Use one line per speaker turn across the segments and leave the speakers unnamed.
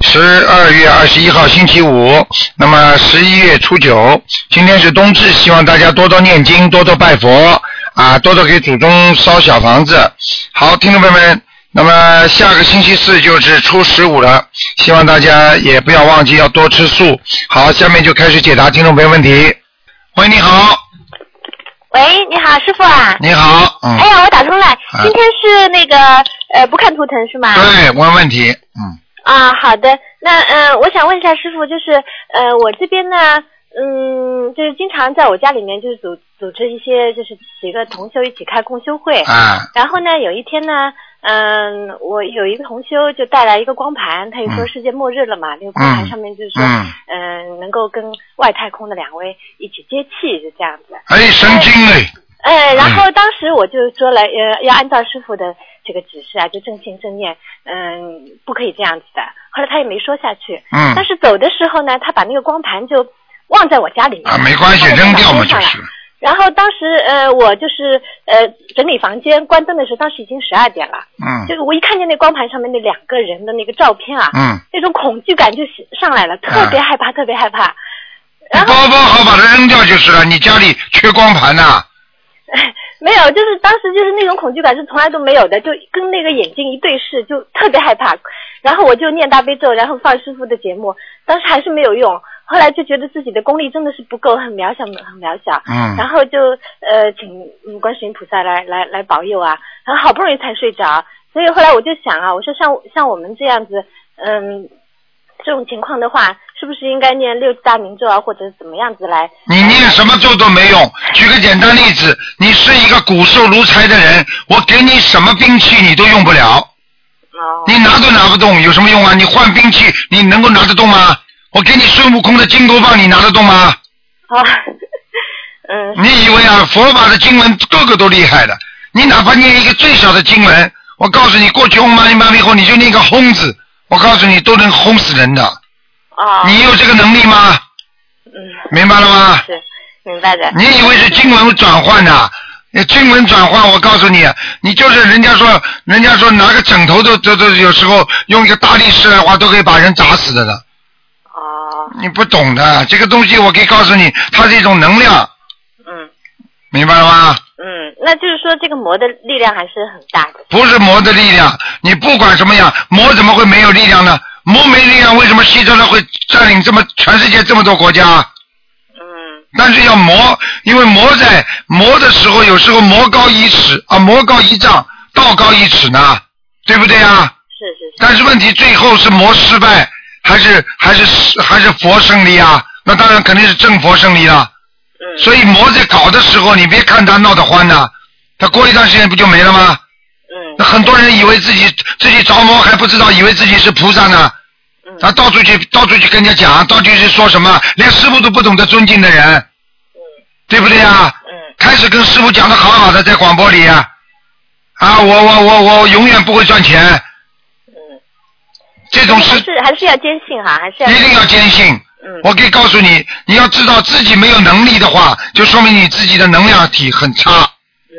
十二月二十一号星期五，那么十一月初九，今天是冬至，希望大家多多念经，多多拜佛啊，多多给祖宗烧小房子。好，听众朋友们，那么下个星期四就是初十五了，希望大家也不要忘记要多吃素。好，下面就开始解答听众朋友问题。喂，你好，
喂，你好，师傅啊。
你好，嗯
哎，呀，我打通了，
啊
今天是那个呃，不看图腾是吗？
对，问问题，嗯，
啊，好的。那嗯、呃我想问一下师傅，就是呃，我这边呢，嗯，就是经常在我家里面就是组组织一些，就是几个同修一起开共修会。
啊。
然后呢，有一天呢，嗯、我有一个同修就带来一个光盘，他就说
嗯
世界末日了嘛，那个光盘上面就是说，
嗯
嗯、能够跟外太空的两位一起接气，就这样子。
哎，神经哎，
哎，然后当时我就说了，呃，要按照师傅的这个指示啊，就正心正念，嗯，不可以这样子的。后来他也没说下去，
嗯
但是走的时候呢，他把那个光盘就忘在我家里面，
啊，没关系，
放在
扔掉嘛
我
就
家
是
了。，然后当时呃，我就是呃整理房间关灯的时候，当时已经十二点了，就
嗯
是我一看见那光盘上面那两个人的那个照片啊，
嗯，
那种恐惧感就上来了，特别害怕，特别害怕。
你
然后
包包好把它扔掉就是了。你家里缺光盘呐、
没有，就是当时就是那种恐惧感是从来都没有的，就跟那个眼睛一对视就特别害怕。 然后我就念大悲咒，然后放师傅的节目，当时还是没有用。后来就觉得自己的功力真的是不够，很渺小，很渺小。然
嗯，
后就呃，请嗯观世音菩萨来来来保佑啊！然后好不容易才睡着，所以后来我就想啊，我说像像我们这样子，嗯，这种情况的话，是不是应该念六字大明咒啊，或者怎么样子来？
你念什么咒都没用。举个简单例子，你是一个骨瘦如柴的人，我给你什么兵器你都用不了，
哦，
你拿都拿不动，有什么用啊？你换兵器，你能够拿得动吗？我给你孙悟空的金箍棒，你拿得动吗？
好，啊 嗯，
你以为啊，佛法的经文个个都厉害的，你哪怕念一个最小的经文，我告诉你，过去嗡嘛呢叭咪吽，你就念个轰字，我告诉你都能轰死人的。
哦，
你有这个能力吗？
嗯，
明白了吗？
是明白的。
你以为是经文转换的、呃经文转换，我告诉你，啊你就是人家说，人家说拿个枕头都都都有时候用一个大力士的话，都可以把人砸死的了。
哦，
你不懂的，这个东西我可以告诉你，它是一种能量，
嗯
明白了吗？
嗯，那就是说这个魔的力量还是很大的。
不是魔的力量，你不管什么样，魔怎么会没有力量呢？魔没力量，为什么希特勒会占领这么全世界这么多国家？
嗯
但是要磨，因为磨在磨的时候，有时候磨高一尺啊，磨高一丈，道高一尺呢，对不对啊？，
是是是。
但是问题最后是磨失败，还是还是还是佛胜利啊？那当然肯定是正佛胜利了。
嗯，
所以磨在搞的时候，你别看他闹得欢呐、他过一段时间不就没了吗？
嗯
那很多人以为自己自己着魔还不知道，以为自己是菩萨呢，
嗯
他到处去到处去跟人家讲，到处去说什么，连师傅都不懂得尊敬的人，对不对啊？
嗯
开始跟师傅讲的好好的，在广播里啊，啊，我我我我永远不会赚钱，
嗯，
这种
还
事
是还是要坚信哈，还是要
一定要坚信。
嗯
我可以告诉你，你要知道自己没有能力的话，就说明你自己的能量体很差，
嗯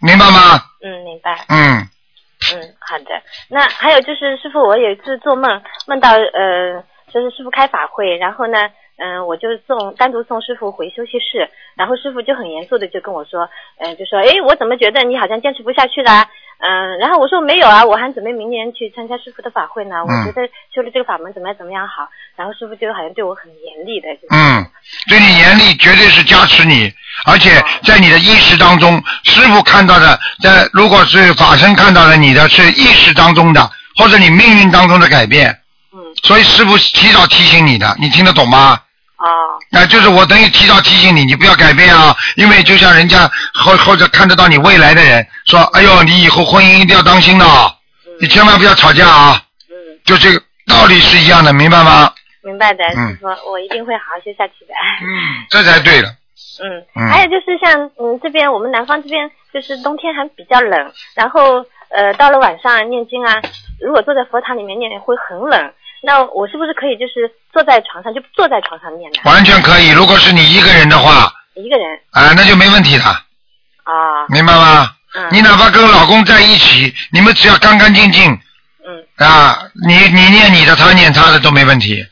明白吗？
嗯，明白。
嗯，
嗯，好的。那还有就是，师傅，我有一次做梦，梦到呃，就是师傅开法会，然后呢，嗯、我就送单独送师傅回休息室，然后师傅就很严肃的就跟我说，嗯、就说，诶，我怎么觉得你好像坚持不下去啦、嗯、然后我说没有啊，我还准备明年去参加师傅的法会呢。我
嗯
觉得修了这个法门怎么样怎么样好。然后师傅就好像对我很严厉的，就是
嗯，对你严厉绝对是加持你，而且在你的意识当中，师傅看到的，在如果是法身看到的你的是意识当中的，或者你命运当中的改变，
嗯
所以师傅提早提醒你的，你听得懂吗？
哦
那就是我等于提早提醒你，你不要改变啊，因为就像人家或或者看得到你未来的人说，哎呦，你以后婚姻一定要当心了啊，你千万不要吵架啊，
嗯
就这个道理是一样的，明白吗？
明白的，
嗯
师傅，我一定会好好修下去的。
嗯，这才对了。
嗯，
嗯
还有就是像嗯这边我们南方这边就是冬天还比较冷，然后呃到了晚上啊念经啊，如果坐在佛堂里面念会很冷，那我是不是可以就是坐在床上就坐在床上念呢？
完全可以。如果是你一个人的话，
一个人
啊，那就没问题了，
啊、
明白吗？
嗯
你哪怕跟老公在一起，你们只要干干净净
嗯
啊，你你念你的，他念他的都没问题。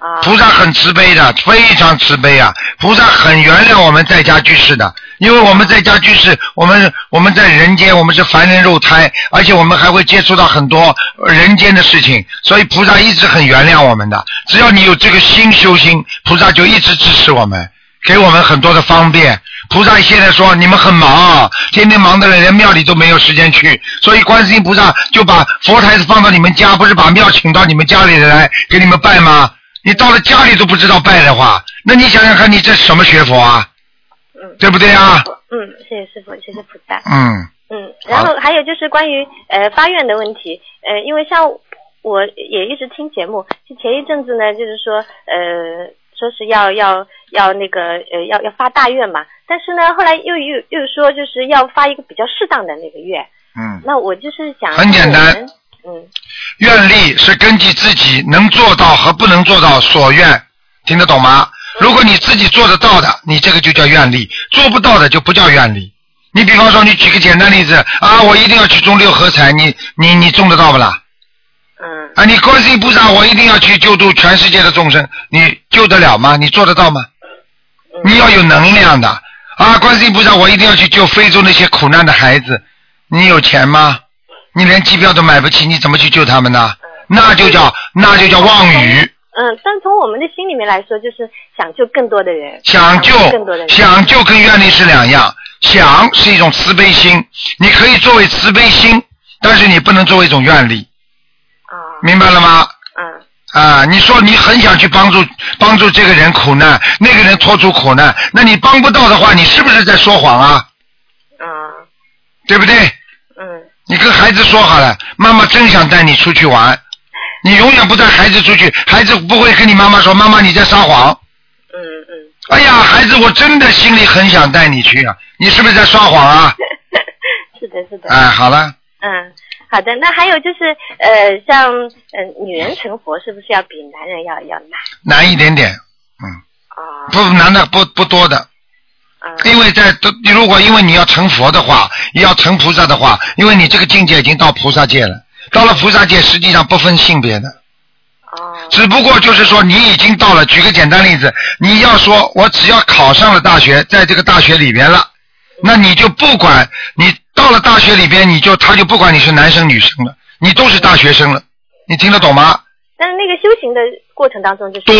啊
菩萨很慈悲的，非常慈悲啊！菩萨很原谅我们在家居士的，因为我们在家居士，我们我们在人间，我们是凡人肉胎，而且我们还会接触到很多呃人间的事情，所以菩萨一直很原谅我们的。只要你有这个心修心，菩萨就一直支持我们，给我们很多的方便。菩萨现在说你们很忙，啊天天忙的人连庙里都没有时间去，所以观世音菩萨就把佛台子放到你们家，不是把庙请到你们家里来给你们拜吗？你到了家里都不知道拜的话，那你想想看，你这什么学佛啊？
嗯
对不对啊？
嗯，谢谢师傅，谢谢菩萨。
嗯，
嗯，然后还有就是关于呃发愿的问题，呃，因为像我也一直听节目，就前一阵子呢，就是说呃说是要要要那个呃要要发大愿嘛，但是呢后来又又又说就是要发一个比较适当的那个愿，
嗯，
那我就是想
很简单
看我们，嗯
愿力是根据自己能做到和不能做到所愿，听得懂吗？如果你自己做得到的，你这个就叫愿力；做不到的就不叫愿力。你比方说，你举个简单例子啊，我一定要去中六合彩，你你你中得到不啦？
嗯
啊，你观世音菩萨，我一定要去救度全世界的众生，你救得了吗？你做得到吗？
嗯，
你要有能量的啊！观世音菩萨，我一定要去救非洲那些苦难的孩子。你有钱吗？你连机票都买不起，你怎么去救他们呢？那就叫那就叫妄语，
嗯，但从我们的心里面来说，就是想救更多的人，
想救
更多的人，
想救跟愿力是两样。想是一种慈悲心，你可以作为慈悲心，但是你不能作为一种愿力，
啊，
明白了吗？
嗯
啊，你说你很想去帮助帮助这个人苦难，那个人脱出苦难，那你帮不到的话，你是不是在说谎啊？
啊
对不对？
嗯
你跟孩子说好了，妈妈真想带你出去玩，你永远不带孩子出去，孩子不会跟你妈妈说，妈妈你在撒谎。
嗯嗯，
哎呀，孩子，我真的心里很想带你去啊，你是不是在撒 谎啊？
是的是的，
哎，好了，
嗯，好的。那还有就是，呃，像呃，女人成佛是不是要比男人要要难
难一点点，嗯，
啊？
不难的不不多的，
嗯
因为在如果因为你要成佛的话，也要成菩萨的话，因为你这个境界已经到菩萨界
嗯
了，到了菩萨界实际上不分性别的，
哦，
只不过就是说，你已经到了。举个简单例子，你要说我只要考上了大学，在这个大学里边了，那你就不管你到了大学里边，你就他就不管你是男生女生了，你都是大学生了。你听得懂吗？
但是那个修行的过程当中，就是
对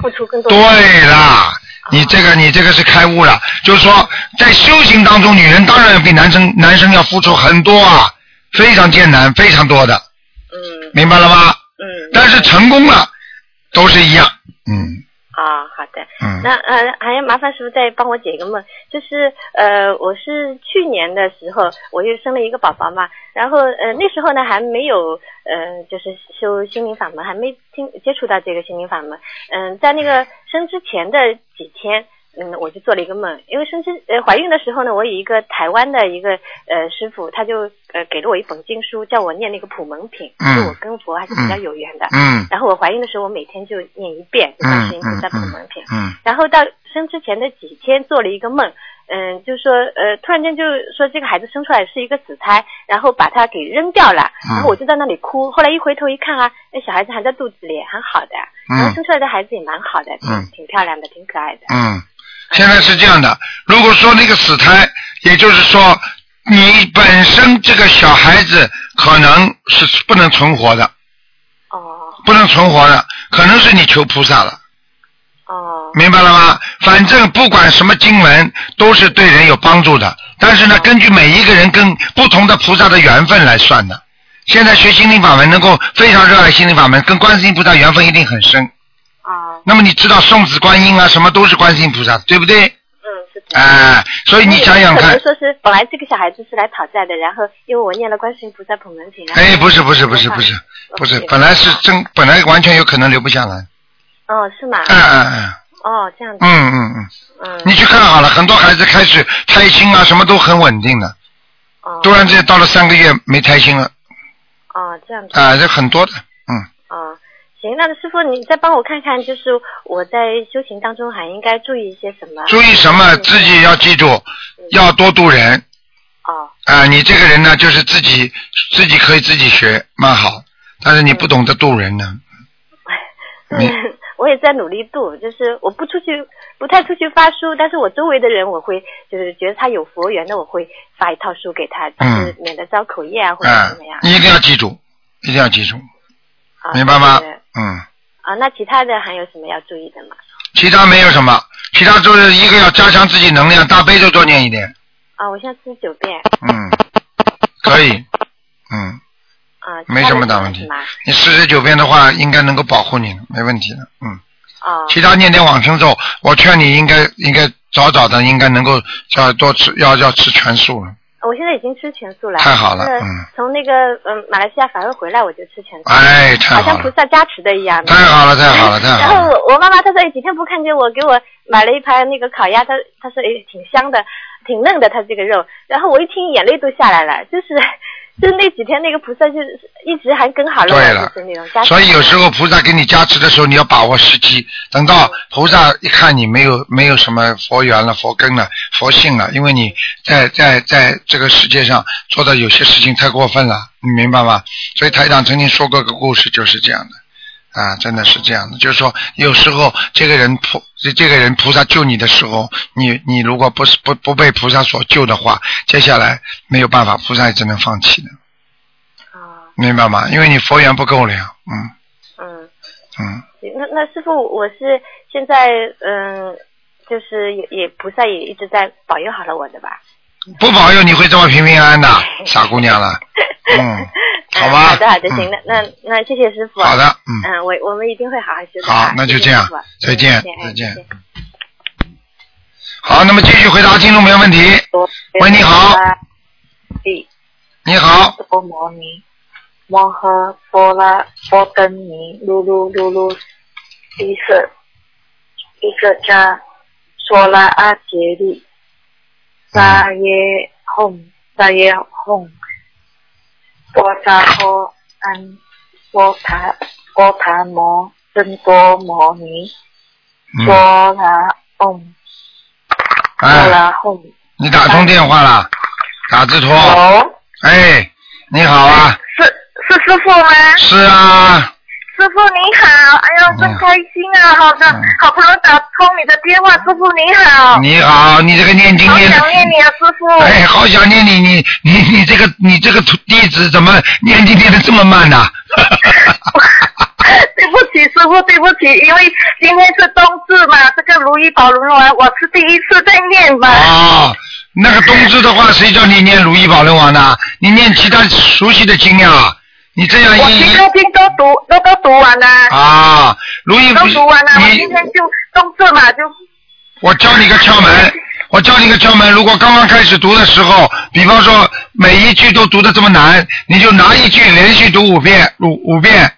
付出更多的
对啦，你这个你这个是开悟了，就是说在修行当中，女人当然要比男生男生要付出很多啊，非常艰难，非常多的，
嗯
明白了吗？
嗯。
但是成功了，都是一样，嗯
啊、好的。
嗯。
那呃，还要麻烦师傅再帮我解一个梦，就是呃，我是去年的时候，我又生了一个宝宝嘛，然后呃那时候呢还没有呃，就是修心灵法门，还没听接触到这个心灵法门，嗯、在那个生之前的几天。嗯，我就做了一个梦，因为生之呃怀孕的时候呢，我有一个台湾的一个呃师傅，他就呃给了我一本经书，叫我念那个普门品，
嗯
就我跟佛还是比较有缘的。
嗯
然后我怀孕的时候，我每天就念一遍，就观世音菩萨普
嗯
门品。
嗯
然后到生之前的几天做了一个梦，嗯，就说呃，突然间就说这个孩子生出来是一个死胎，然后把他给扔掉了，
嗯
然后我就在那里哭，后来一回头一看啊，那小孩子还在肚子里，还好的，然后
嗯
生出来的孩子也蛮好的，
嗯
挺挺漂亮的，挺可爱的，
嗯，现在是这样的，如果说那个死胎，也就是说你本身这个小孩子可能是不能存活的，
哦
不能存活的，可能是你求菩萨了，
哦，
明白了吗？反正不管什么经文，都是对人有帮助的。但是呢，根据每一个人跟不同的菩萨的缘分来算的。现在学心灵法门，能够非常热爱心灵法门，跟观世音菩萨缘分一定很深。
啊，
那么你知道送子观音啊，什么都是观世音菩萨，对不对？
嗯，是的。
哎、所以你想想
可
看
能，说是本来这个小孩子是来讨债的，然后因为我念了观世音菩萨
哎
普门品，然后
哎，不是不是不是不是不是，本来是真，本来完全有可能留不下来，
哦，是吗？
嗯嗯嗯
哦，这样子，
嗯嗯嗯，
嗯，
你去看好了，很多孩子开始胎心啊，什么都很稳定的，
哦
突然之间到了三个月没胎心了
哦，这样子，
啊，这很多的，嗯。
哦，行，那师傅你再帮我看看，就是我在修行当中还应该注意一些什么？
注意什
嗯
么？自己要记住，要多度人
哦，
啊、你这个人呢，就是自己自己可以自己学，蛮好，但是你不懂得度人呢。你
嗯 我也在努力度，就是我不出去，不太出去发书，但是我周围的人，我会就是觉得他有佛缘的，我会发一套书给他，就是免得招口业啊或者
啊、
怎么样。
嗯你一定要记住，一定要记住，
啊
明白吗
就是？
嗯，
啊，那其他的还有什么要注意的吗？
其他没有什么，其他就是一个要加强自己能量，大悲咒多念一点，
啊，我现在四十九遍
嗯，可以，嗯，
啊，
没什么大问题
其他的是吗
你四十九遍的话，应该能够保护你，没问题的，嗯。
哦
其他念点往生咒，我劝你应该应该早早的应该能够要多吃要要吃全素了。
我现在已经吃全素了，
太好了
真的
嗯
从那个嗯马来西亚法会回来我就吃全素，
哎，太
好
好
像菩
了，
萨加持的一样。
太好了，太好了，太
然
好
后
了。
我我妈妈她说哎几天不看见我，给我买了一盘那个烤鸭，她她说哎挺香的，挺嫩的，它这个肉。然后我一听眼泪都下来了，就是 就那几天那个菩萨就是一直还跟好了
对
我，
了
就是那种加持。
所以有时候菩萨给你加持的时候，你要把握时机。等到菩萨一看你没有没有什么佛缘了、佛根了、佛性了，因为你在在在这个世界上做的有些事情太过分了，你明白吗？所以台长曾经说过个故事，就是这样的。啊，真的是这样的，就是说，有时候这个人菩，这个人菩萨救你的时候，你你如果不是不不被菩萨所救的话，接下来没有办法，菩萨也只能放弃的，
啊
明白吗？因为你佛缘不够了呀，嗯
嗯，
嗯，
那那师傅我是现在嗯就是也也菩萨也一直在保佑好了我的吧。
不保佑你会这么平平安安的，傻姑娘了， 嗯，好
嗯
吧，
好的好的，行，
嗯
那那那谢谢师傅。
好的，嗯，
嗯，我我们一定会好好修的啊。
好，那
谢
就
谢
这样
师傅，
再见
嗯
再
谢谢哎
见。好，那么继续回答听众朋友问题。
哦
喂你
啊
好。
地
你好，
多摩尼，摩诃波拉波根尼噜噜噜噜，一色一色加索拉阿杰利，沙耶哄沙耶哄，波萨诃安波塔波塔摩真多摩尼，
嗯
索拉
嗯
唵索
哎，
拉吽，
你打通电话了，打字拖，
哦，
哎，你好啊，
哎
是是师傅吗？
是啊，
师傅你好，哎呦，真开心啊！好的
嗯，
好不容易打通你的电话，师傅你好，
你好，你这个念经
好
念的，
想念你啊，师
哦
傅。
哎，好想念你，你你你这个你这个地址怎么念经念的这么慢啊呢、
对不起，师傅，对不起，因为今天是冬至嘛，这个如意宝轮丸我是第一次在念嘛。
哦，那个冬至的话，谁叫你念如意宝轮王的？你念其他熟悉的经呀？你这样
我
一
其他经都读，都都读完了，
啊，如意
都读完了。我
你
今天就冬至嘛，就
我教你个窍门，我教你个窍门。如果刚刚开始读的时候，比方说每一句都读的这么难，你就拿一句连续读五遍，五五 遍。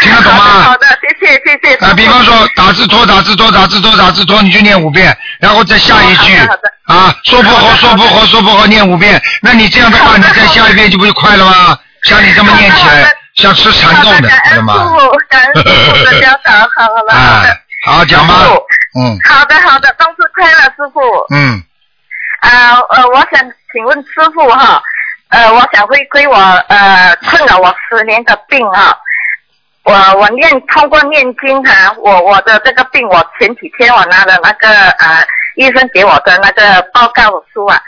听得懂吗
好的，好的谢谢，谢谢。
啊，比方说打字拖打字拖打字拖打字拖，你就念五遍，然后再下一句
哦好的好的
啊，说不好说不好说不好念五遍，那你这样的话，
好
你
的
再下一遍就不就快了吗？像你这么念起
好的好
来
的，
像吃蚕
好
豆
的，
的，
感恩
我的
师
妈！
傅，感恩师傅的教导，好了，好
哎
的。，
好讲吧
师，
嗯
好的，好的，冬至快乐，师傅。
嗯，
呃呃，我想请问师傅哈，呃，我想回归我呃困了我十年的病哈，我我念通过念经哈、我我的这个病，我前几天我拿了那个呃医生给我的那个报告书啊，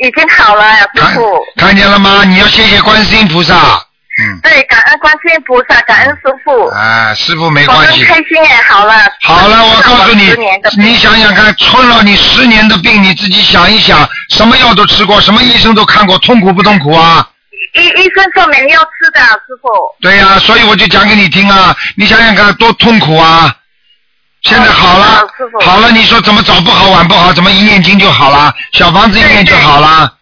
已经好了，师
看
傅。
看见了吗？你要谢谢观世音菩萨，嗯，
对，感恩观世音菩萨，感恩师傅，
哎，师傅没
我
关
真
系。
开心也好了。
好了，我告诉你
十年的，病
你想想看，吞了你十年的病，你自己想一想，什么药都吃过，什么医生都看过，痛苦不痛苦啊？
医医生说没有吃的，啊师傅。
对呀、所以我就讲给你听啊，你想想看多痛苦啊！现在好了
哦师傅，
好了，你说怎么早不好晚不好，怎么一念经就好了，小房子一念就好了。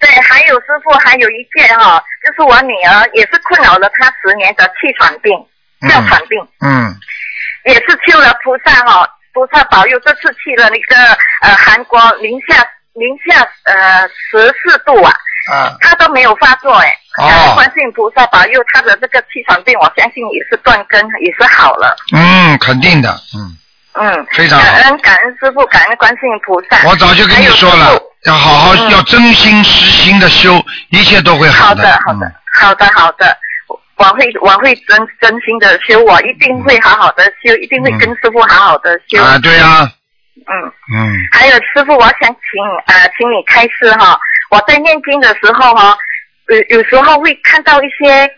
对，还有师傅，还有一件哈、就是我女儿也是困扰了她十年的气喘病、
嗯
哮喘病。
嗯
也是求了菩萨哈、菩萨保佑，这次去了那个呃韩国零下零下呃十四度啊，
啊，
他都没有发作哎。
哦
感恩观世音菩萨保佑他的这个气喘病，我相信也是断根，也是好了。
嗯，肯定的，嗯，
嗯，
非常
感
好。
恩感恩师傅，感恩观世音菩萨。
我早就跟你说
还有
了
师，
要好好、
嗯
要真心实心的修，一切都会
父好
的。
好
嗯
的，好的，好的。我我会我会真真心的修，我一定会好好的修，一定会跟师傅好好的修。
嗯啊，对啊，
嗯，
嗯，
还有师傅，我想请呃，请你开示哈。我在念经的时候哈，有有时候会看到一些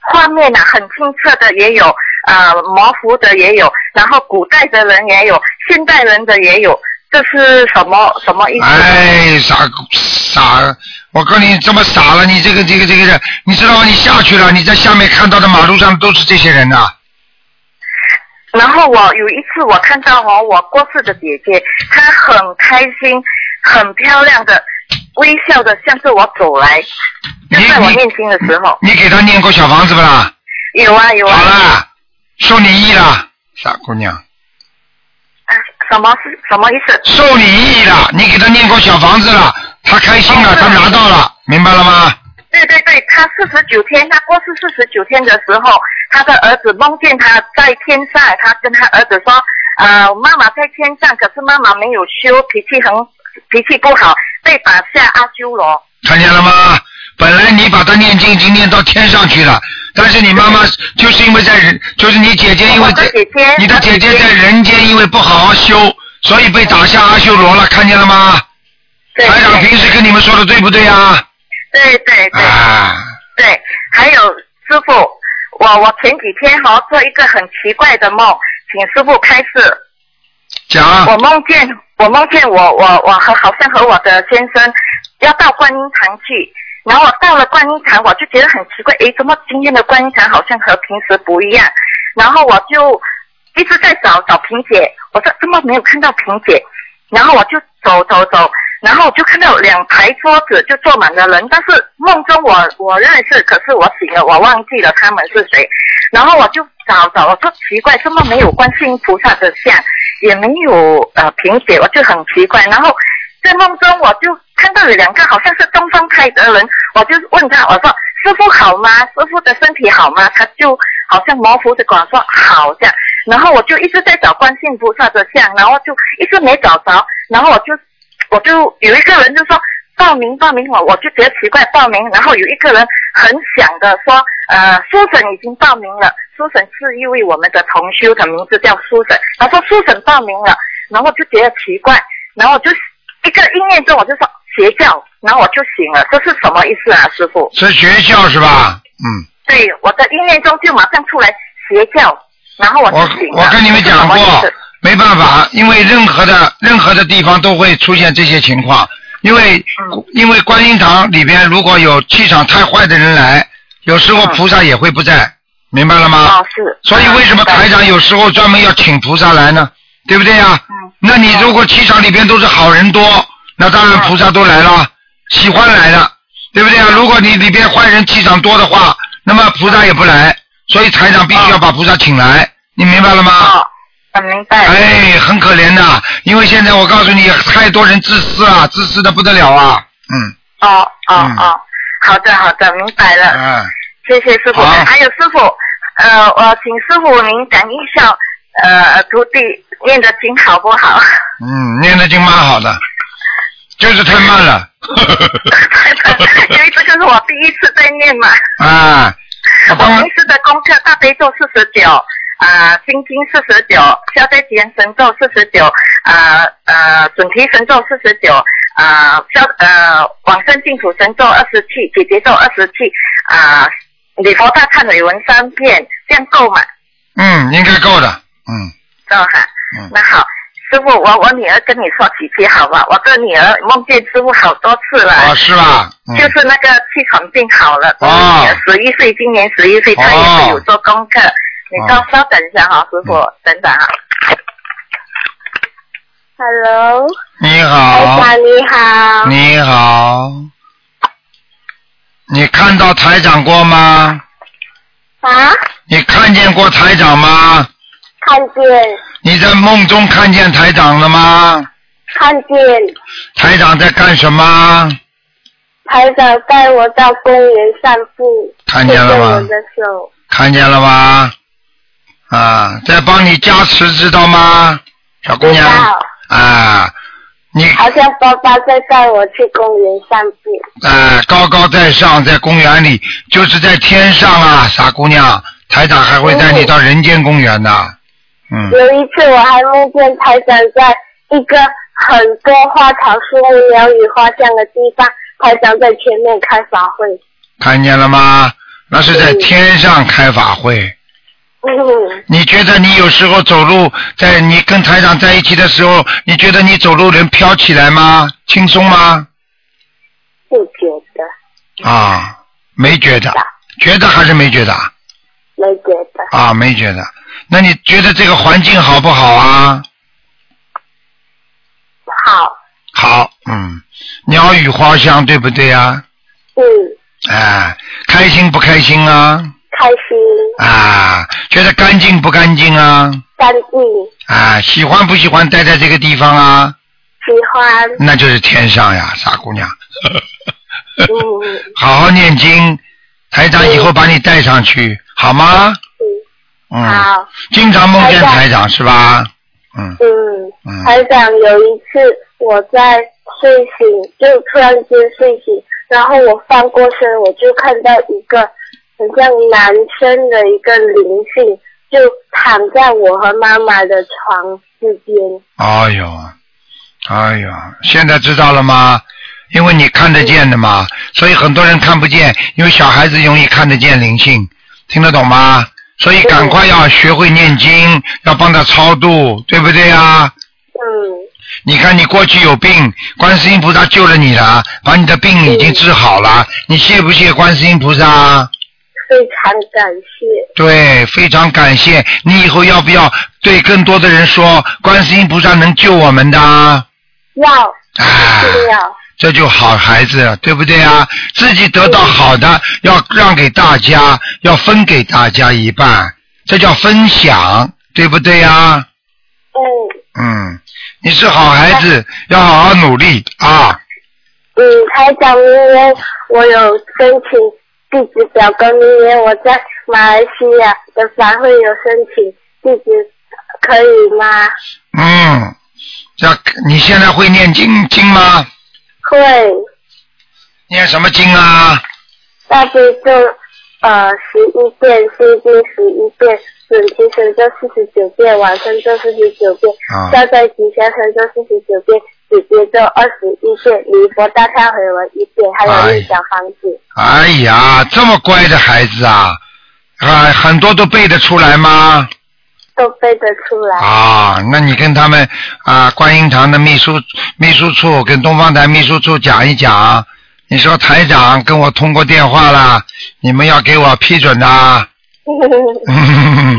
画面呐、很清澈的也有，呃，模糊的也有，然后古代的人也有，现代人的也有，这是什么什么意思？
哎，傻傻，我告诉你这么傻了，你这个这个这个人，你知道吗？你下去了，你在下面看到的马路上都是这些人呐、
然后我有一次我看到哦，我过世的姐姐，她很开心，很漂亮的微笑的向着我走来，就
你
在我
你
念经的时候，
你给他念过小房子不啦？
有啊有
好
啊，
啦，受你意啦，傻姑娘，
啊什么是什么意思？
受你意啦，你给他念过小房子了，他开心了，
哦
他拿到了，明白了吗？
对对对，他四十九天，他过世四十九天的时候，他的儿子梦见他在天上，他跟他儿子说，呃，妈妈在天上，可是妈妈没有修，脾气很脾气不好，被打下阿修罗。
看见了吗？本来你把它念经已经念到天上去了，但是你妈妈就是因为在人，就是你姐姐因为
我
在
的姐姐
你的姐姐
我的姐姐
在人间，因为不好好修，所以被打下阿修罗了，看见了吗？
对
台长平时跟你们说的对不对啊？
对对对
啊，
对，还有师傅，我我前几天哈、做一个很奇怪的梦，请师傅开示。我
讲
梦见我梦见我我我和好像和我的先生要到观音堂去，然后我到了观音堂，我就觉得很奇怪，诶，怎么今天的观音堂好像和平时不一样？然后我就一直在找找萍姐，我说怎么没有看到萍姐？然后我就走走走，然后我就看到两排桌子就坐满了人，但是梦中我我认识，可是我醒了我忘记了他们是谁，然后我就找找，我说奇怪，怎么没有观世音菩萨的像，也没有呃萍姐，我就很奇怪。然后在梦中我就看到有两个好像是东方泰德人，我就问他，我说师傅好吗？师傅的身体好吗？他就好像模糊的跟我说好这样。然后我就一直在找观世音菩萨的像，然后就一直哎没找着，然后我就我就有一个人就说报名报名我，我就觉得奇怪报名，然后有一个人很响的说，呃，苏婶已经报名了，苏婶是一位我们的同修的名字叫苏婶，他说苏婶报名了，然后我就觉得奇怪，然后我就一个意念中我就说邪教，然后我就醒了，这是什么意思啊，师傅？
是学校是吧？嗯，
对，我的意念中就马上出来邪教，然后我就
我
醒了。
我跟你们
这是什
讲
么意
过
思，
没办法，因为任何的任何的地方都会出现这些情况，因为、
嗯
因为观音堂里边如果有气场太坏的人来，有时候
嗯
菩萨也会不在，明白了吗？
哦，是。
所以为什么
嗯
台？长有时候专门要请菩萨来呢？对不对呀、
嗯
那你如果气场里边都是好人多，那当
嗯
然菩萨都来了，喜欢来的，对不对啊？如果你里边坏人气场多的话，那么菩萨也不来，所以台长必须要把菩萨请来，你明白了吗？
哦，我明白。
哎，很可怜的，因为现在我告诉你，太多人自私啊，自私的不得了啊，嗯，
哦哦
嗯
哦，好的好的，明白了，
哎，
谢谢师傅。
好
还有师傅，呃，我请师傅您讲一下，呃，徒弟念的经好不 好？
嗯，念的经蛮好的，就是太 慢了，
因为这个是我第一次在念嘛，
啊，我
我
帮
平时的功课大悲咒四十九，啊，心经四十九，消灾吉祥神咒四十九，啊呃，准提神咒四十九，啊消呃往生净土神咒二十七，解结咒二十七，啊，礼佛大忏悔文三遍，这样够吗？
嗯，应该够的，嗯。
知道哈？
嗯
那好，师傅，我我女儿跟你说几句好吧？我的女儿梦见师傅好多次了。
啊，是吧？嗯、
就是那个气喘病好了，
哦
十一岁，今年十一岁，她也是有做功课。
啊
你稍稍等一下哈、师傅，等啊等哈。
Hello，
你
台
好，
长你好，
你好，你看到台长过吗？
啊，
你看见过台长吗？
看见，
你在梦中看见台长了吗？
看见
台长在干什么？
台长带我到公园散步，
看见了
牵
吗
着我的手，
看见了吧？啊，在帮你加持，知道吗，小姑娘
知道？
啊，你
好像爸爸在带我去公园散步。
啊高高在上，在公园里，就是在天上啊，傻姑娘，台长还会带你到人间公园的。嗯，
有一次我还梦见台长在一个很多花草树木、鸟语花香的地方，台长在前面开法会。
看见了吗？那是在天上开法会。
嗯，
你觉得你有时候走路，在你跟台长在一起的时候，你觉得你走路能飘起来吗？轻松吗？
不觉得，
啊，没觉得，觉得还是没觉得啊
没觉得，
啊？没觉得。那你觉得这个环境好不好啊？
好，
好，嗯，鸟语花香，对不对啊？
嗯，
哎，开心不开心啊？
开心，
啊，觉得干净不干净啊？
干净，
啊，喜欢不喜欢待在这个地方啊？
喜欢，
那就是天上呀，傻姑娘。
嗯。
好好念经，台长以后把你带上去，好吗？嗯。
好，
经常梦见台
台
长是吧？嗯嗯
嗯，台长有一次我在睡醒，就突然间睡醒，然后我翻过身，我就看到一个很像男生的一个灵性，就躺在我和妈妈的床之间。
哎呦，哎呦，现在知道了吗？因为你看得见的嘛，所以很多人看不见，因为小孩子容易看得见灵性，听得懂吗？所以赶快要学会念经，要帮他超度，对不对啊？
嗯
你看你过去有病，观世音菩萨救了你了，把你的病已经治好了，你谢不谢观世音菩萨啊？
非常感谢，
对，非常感谢。你以后要不要对更多的人说，观世音菩萨能救我们的啊？
要
啊
一定要，
这就好孩子，对不对啊？自己得到好的，要让给大家，要分给大家一半，这叫分享，对不对啊？
嗯
嗯，你是好孩子，要好好努力啊！
嗯，台长，明年我有申请地址表格，明年我在马来西亚的法会有申请地址，可以吗？
嗯，要你现在会念经经吗？
会，
念什么经啊？
大悲咒呃十一遍，心经十一遍，准提神咒四十九遍，往生咒四十九遍，
啊
消灾吉祥神咒四十九遍，姐姐咒二十一遍，礼佛大忏悔文一遍，还有
哎
念小房子。
哎呀，这么乖的孩子啊，啊，很多都背得出来吗？
都背得出来，
啊，那你跟他们啊，观音堂的秘书秘书处跟东方台秘书处讲一讲，你说台长跟我通过电话啦，你们要给我批准 的啊。嗯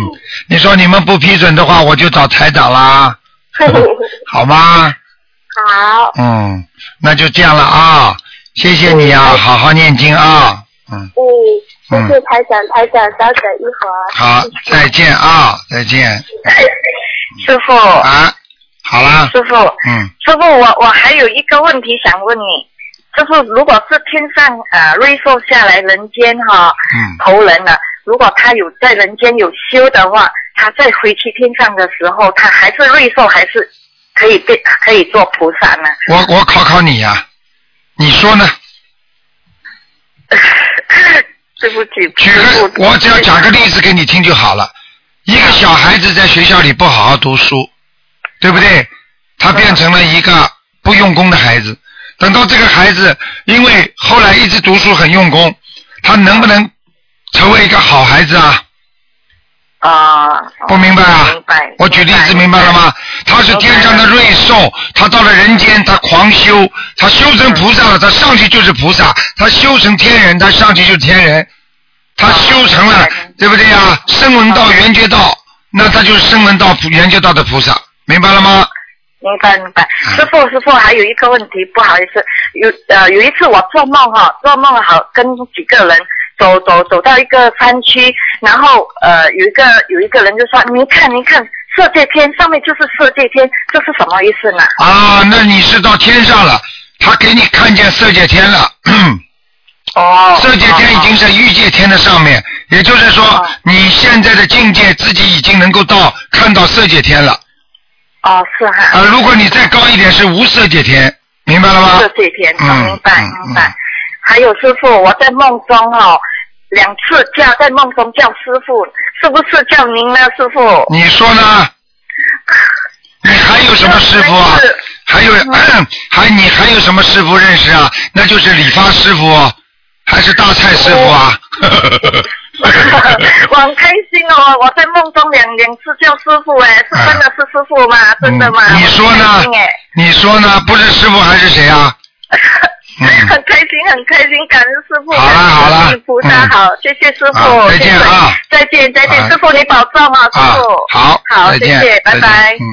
你说你们不批准的话，我就找台长 啦，好吗？
好，
嗯，那就这样了啊，谢谢你啊，好好念经啊，嗯，
嗯，谢谢台长，台长稍等一会儿。啊
好，再见啊，再见。
师傅，
啊，好啦，
师傅，
嗯，
师傅，我我还有一个问题想问你，师傅，如果是天上呃瑞兽下来人间哈、
嗯
投人了，如果他有在人间有修的话，他再回去天上的时候，他还是瑞兽，还是可以变可以做菩萨呢？
我我考考你呀、你说呢？
对不起，
举
师
个，
傅，
我只要讲个例子给你听就好了。一个小孩子在学校里不好好读书，对不对？他变成了一个不用功的孩子。等到这个孩子，因为后来一直读书很用功，他能不能成为一个好孩子啊？
啊，
不明白啊
明白。
我举例子明白了吗？他是天上的瑞兽，他到了人间，他狂修，他修成菩萨了，他上去就是菩萨，他修成天人，他上去就是天人，他修成了
明白，
对不对
嗯
呀？声闻道、缘觉道，那他就是声闻道、缘觉道的菩萨，明白了吗？
明白明白，
嗯
师傅师傅，还有一个问题，不好意思，有呃有一次我做梦哈、做梦好跟几个人走走走到一个山区，然后呃有一个有一个人就说，您看您看色界天上面就是色界天，这是什么意思呢？
啊，那你是到天上了，他给你看见色界天了。嗯
哦，
色界天已经
哦
在欲界天的上面，也就是说
哦，
你现在的境界自己已经能够到看到色界天了。
哦是哈，
啊，如果你再高一点是无色界天，明白了吗
色？界天，
嗯
明白
嗯
明白
嗯。
还有师傅，我在梦中哦，两次叫在梦中叫师傅，是不是叫您呢，师傅？
你说呢？你还有
呃
什么师傅啊
那是？
还有，
嗯
还你还有什么师傅认识啊？那就是理发师傅，还是大菜师傅啊？
哦 我很开心哦，我在梦中两两次叫师傅哎，是真的是师傅吗？真的吗？
嗯你说呢
我很开心哎，
你说呢？不是师傅还是谁啊？嗯
很开心，很开心，感恩师傅，
好啦
感恩
好啦
观世音菩萨
嗯
好，谢谢师
啊
傅，
再见
谢谢
啊
再见再见
啊，
师傅你保重啊，师
啊
傅，，
好，
好，
再
谢
见，
谢，拜
再见
拜。
嗯，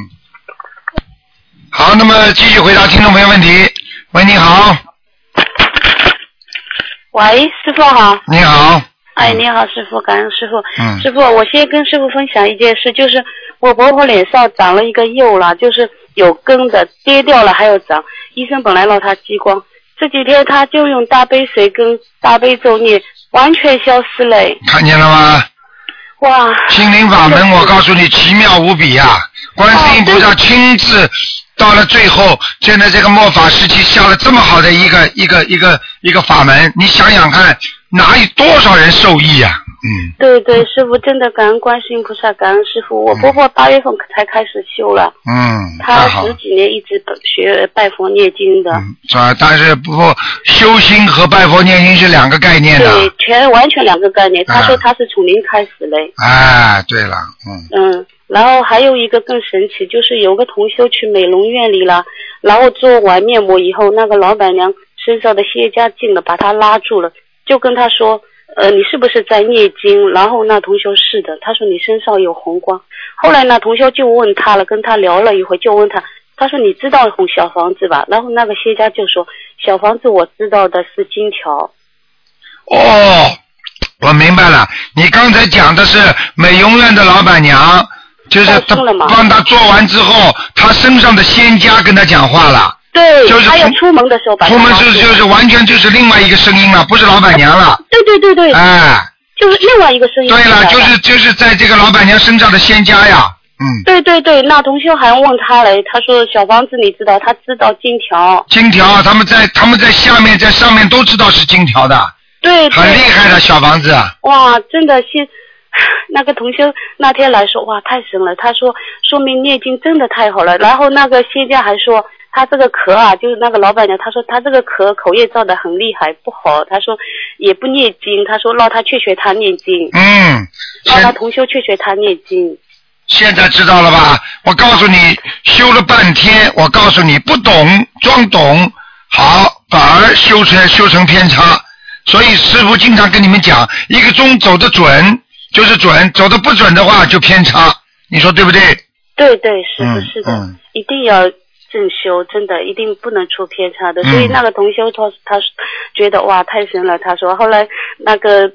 好，那么继续回答听众朋友问题。喂，你好，
喂，师傅好。
你好，
哎，你好，师傅，感恩师傅。
嗯
师傅，我先跟师傅分享一件事，就是我婆婆脸上长了一个疣了，就是有根的，跌掉了还有长。医生本来让她激光，这几天她就用大杯水跟大悲咒念，完全消失了。哎
看见了吗？
哇，
心灵法门，我告诉你，奇妙无比呀、观世音菩萨亲自到了最后，现在这个末法时期下了这么好的一个一个一个一个法门，你想想看，哪有多少人受益呀、嗯，
对对，师傅真的感恩观世音菩萨，感恩师傅。我婆婆八月份才开始修了，
嗯，
她
太好
十
了。
几年一直学拜佛念经的。
嗯，是吧？但是不过修心和拜佛念经是两个概念
对
的。，
全完全两个概念。她说
啊
她是从零开始嘞。
哎，对了，嗯，
嗯，然后还有一个更神奇，就是有个同修去美容院里了，然后做完面膜以后，那个老板娘身上的血加进了，把他拉住了，就跟他说，呃，你是不是在念经？然后那同修是的，他说你身上有红光。后来那同修就问他了，跟他聊了一会，就问他，他说你知道红小房子吧？然后那个谢家就说，小房子我知道的是金条。
哦，我明白了，你刚才讲的是美容院的老板娘，就是
放
她
松了吗
帮她做完之后，她身上的仙家跟她讲话了，
对，
就是
他要
出
出门的时候把
出
它
门
拉
就
住
就是完全就是另外一个声音了，不是老板娘了，
对对对对，
哎，
就是另外一个声音出
对
来了。
了，就是就是在这个老板娘身上的仙家呀，嗯，
对对对，那同修还问他嘞，他说小房子你知道，他知道金条，
金条，啊他们在他们在下面在上面都知道是金条的，
对对，
很厉害的小房子，啊
哇，真的是。 那个同修那天来说，哇，太神了！他说，说明念经真的太好了。然后那个谢家还说，他这个壳啊，就是那个老板娘，他说他这个壳口业造的很厉害，不好。他说也不念经，他说让他去学他念经，
嗯，
让他
现
同修去学他念经。
现在知道了吧？我告诉你，修了半天，我告诉你不懂装懂，好反而修成修成偏差。所以师傅经常跟你们讲，一个钟走得准就是准，走得不准的话就偏差。你说对不对？
对对，是的，
嗯
是的，
嗯
一定要正修，真的一定不能出偏差的。所以
嗯
那个同修他他觉得哇太神了，他说后来那个嗯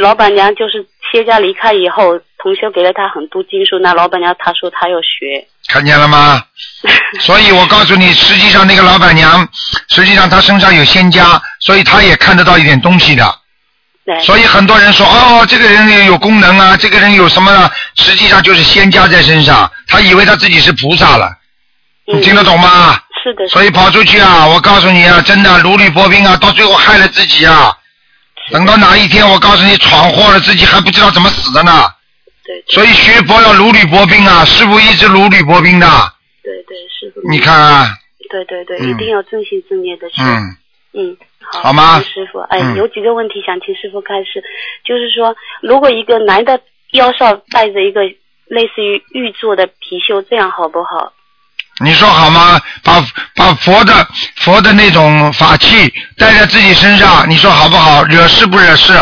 老板娘就是谢家离开以后，同修给了他很多经书，那老板娘她说她要学，
看见了吗？所以我告诉你，实际上那个老板娘，实际上她身上有仙家，所以她也看得到一点东西的。
对
所以很多人说哦，这个人有有功能啊，这个人有什么啊？实际上就是仙家在身上，他以为他自己是菩萨了，你
嗯，
听得懂吗？
是的，
所以跑出去啊，我告诉你啊，真的如履薄冰啊，到最后害了自己啊。等到哪一天，我告诉你闯祸了，自己还不知道怎么死的呢。
对对
所以学佛要如履薄冰啊，师傅一直如履薄冰的。
对对，师傅，
你，看啊，
对对对，
嗯
一定要正心正念的修。
嗯，
嗯，好，
好吗
谢谢师傅，哎，
嗯
有几个问题想请师傅开始，就是说，如果一个男的腰上带着一个类似于玉做的貔貅，这样好不好？
你说好吗？把把佛的佛的那种法器带在自己身上，你说好不好？惹事不惹事？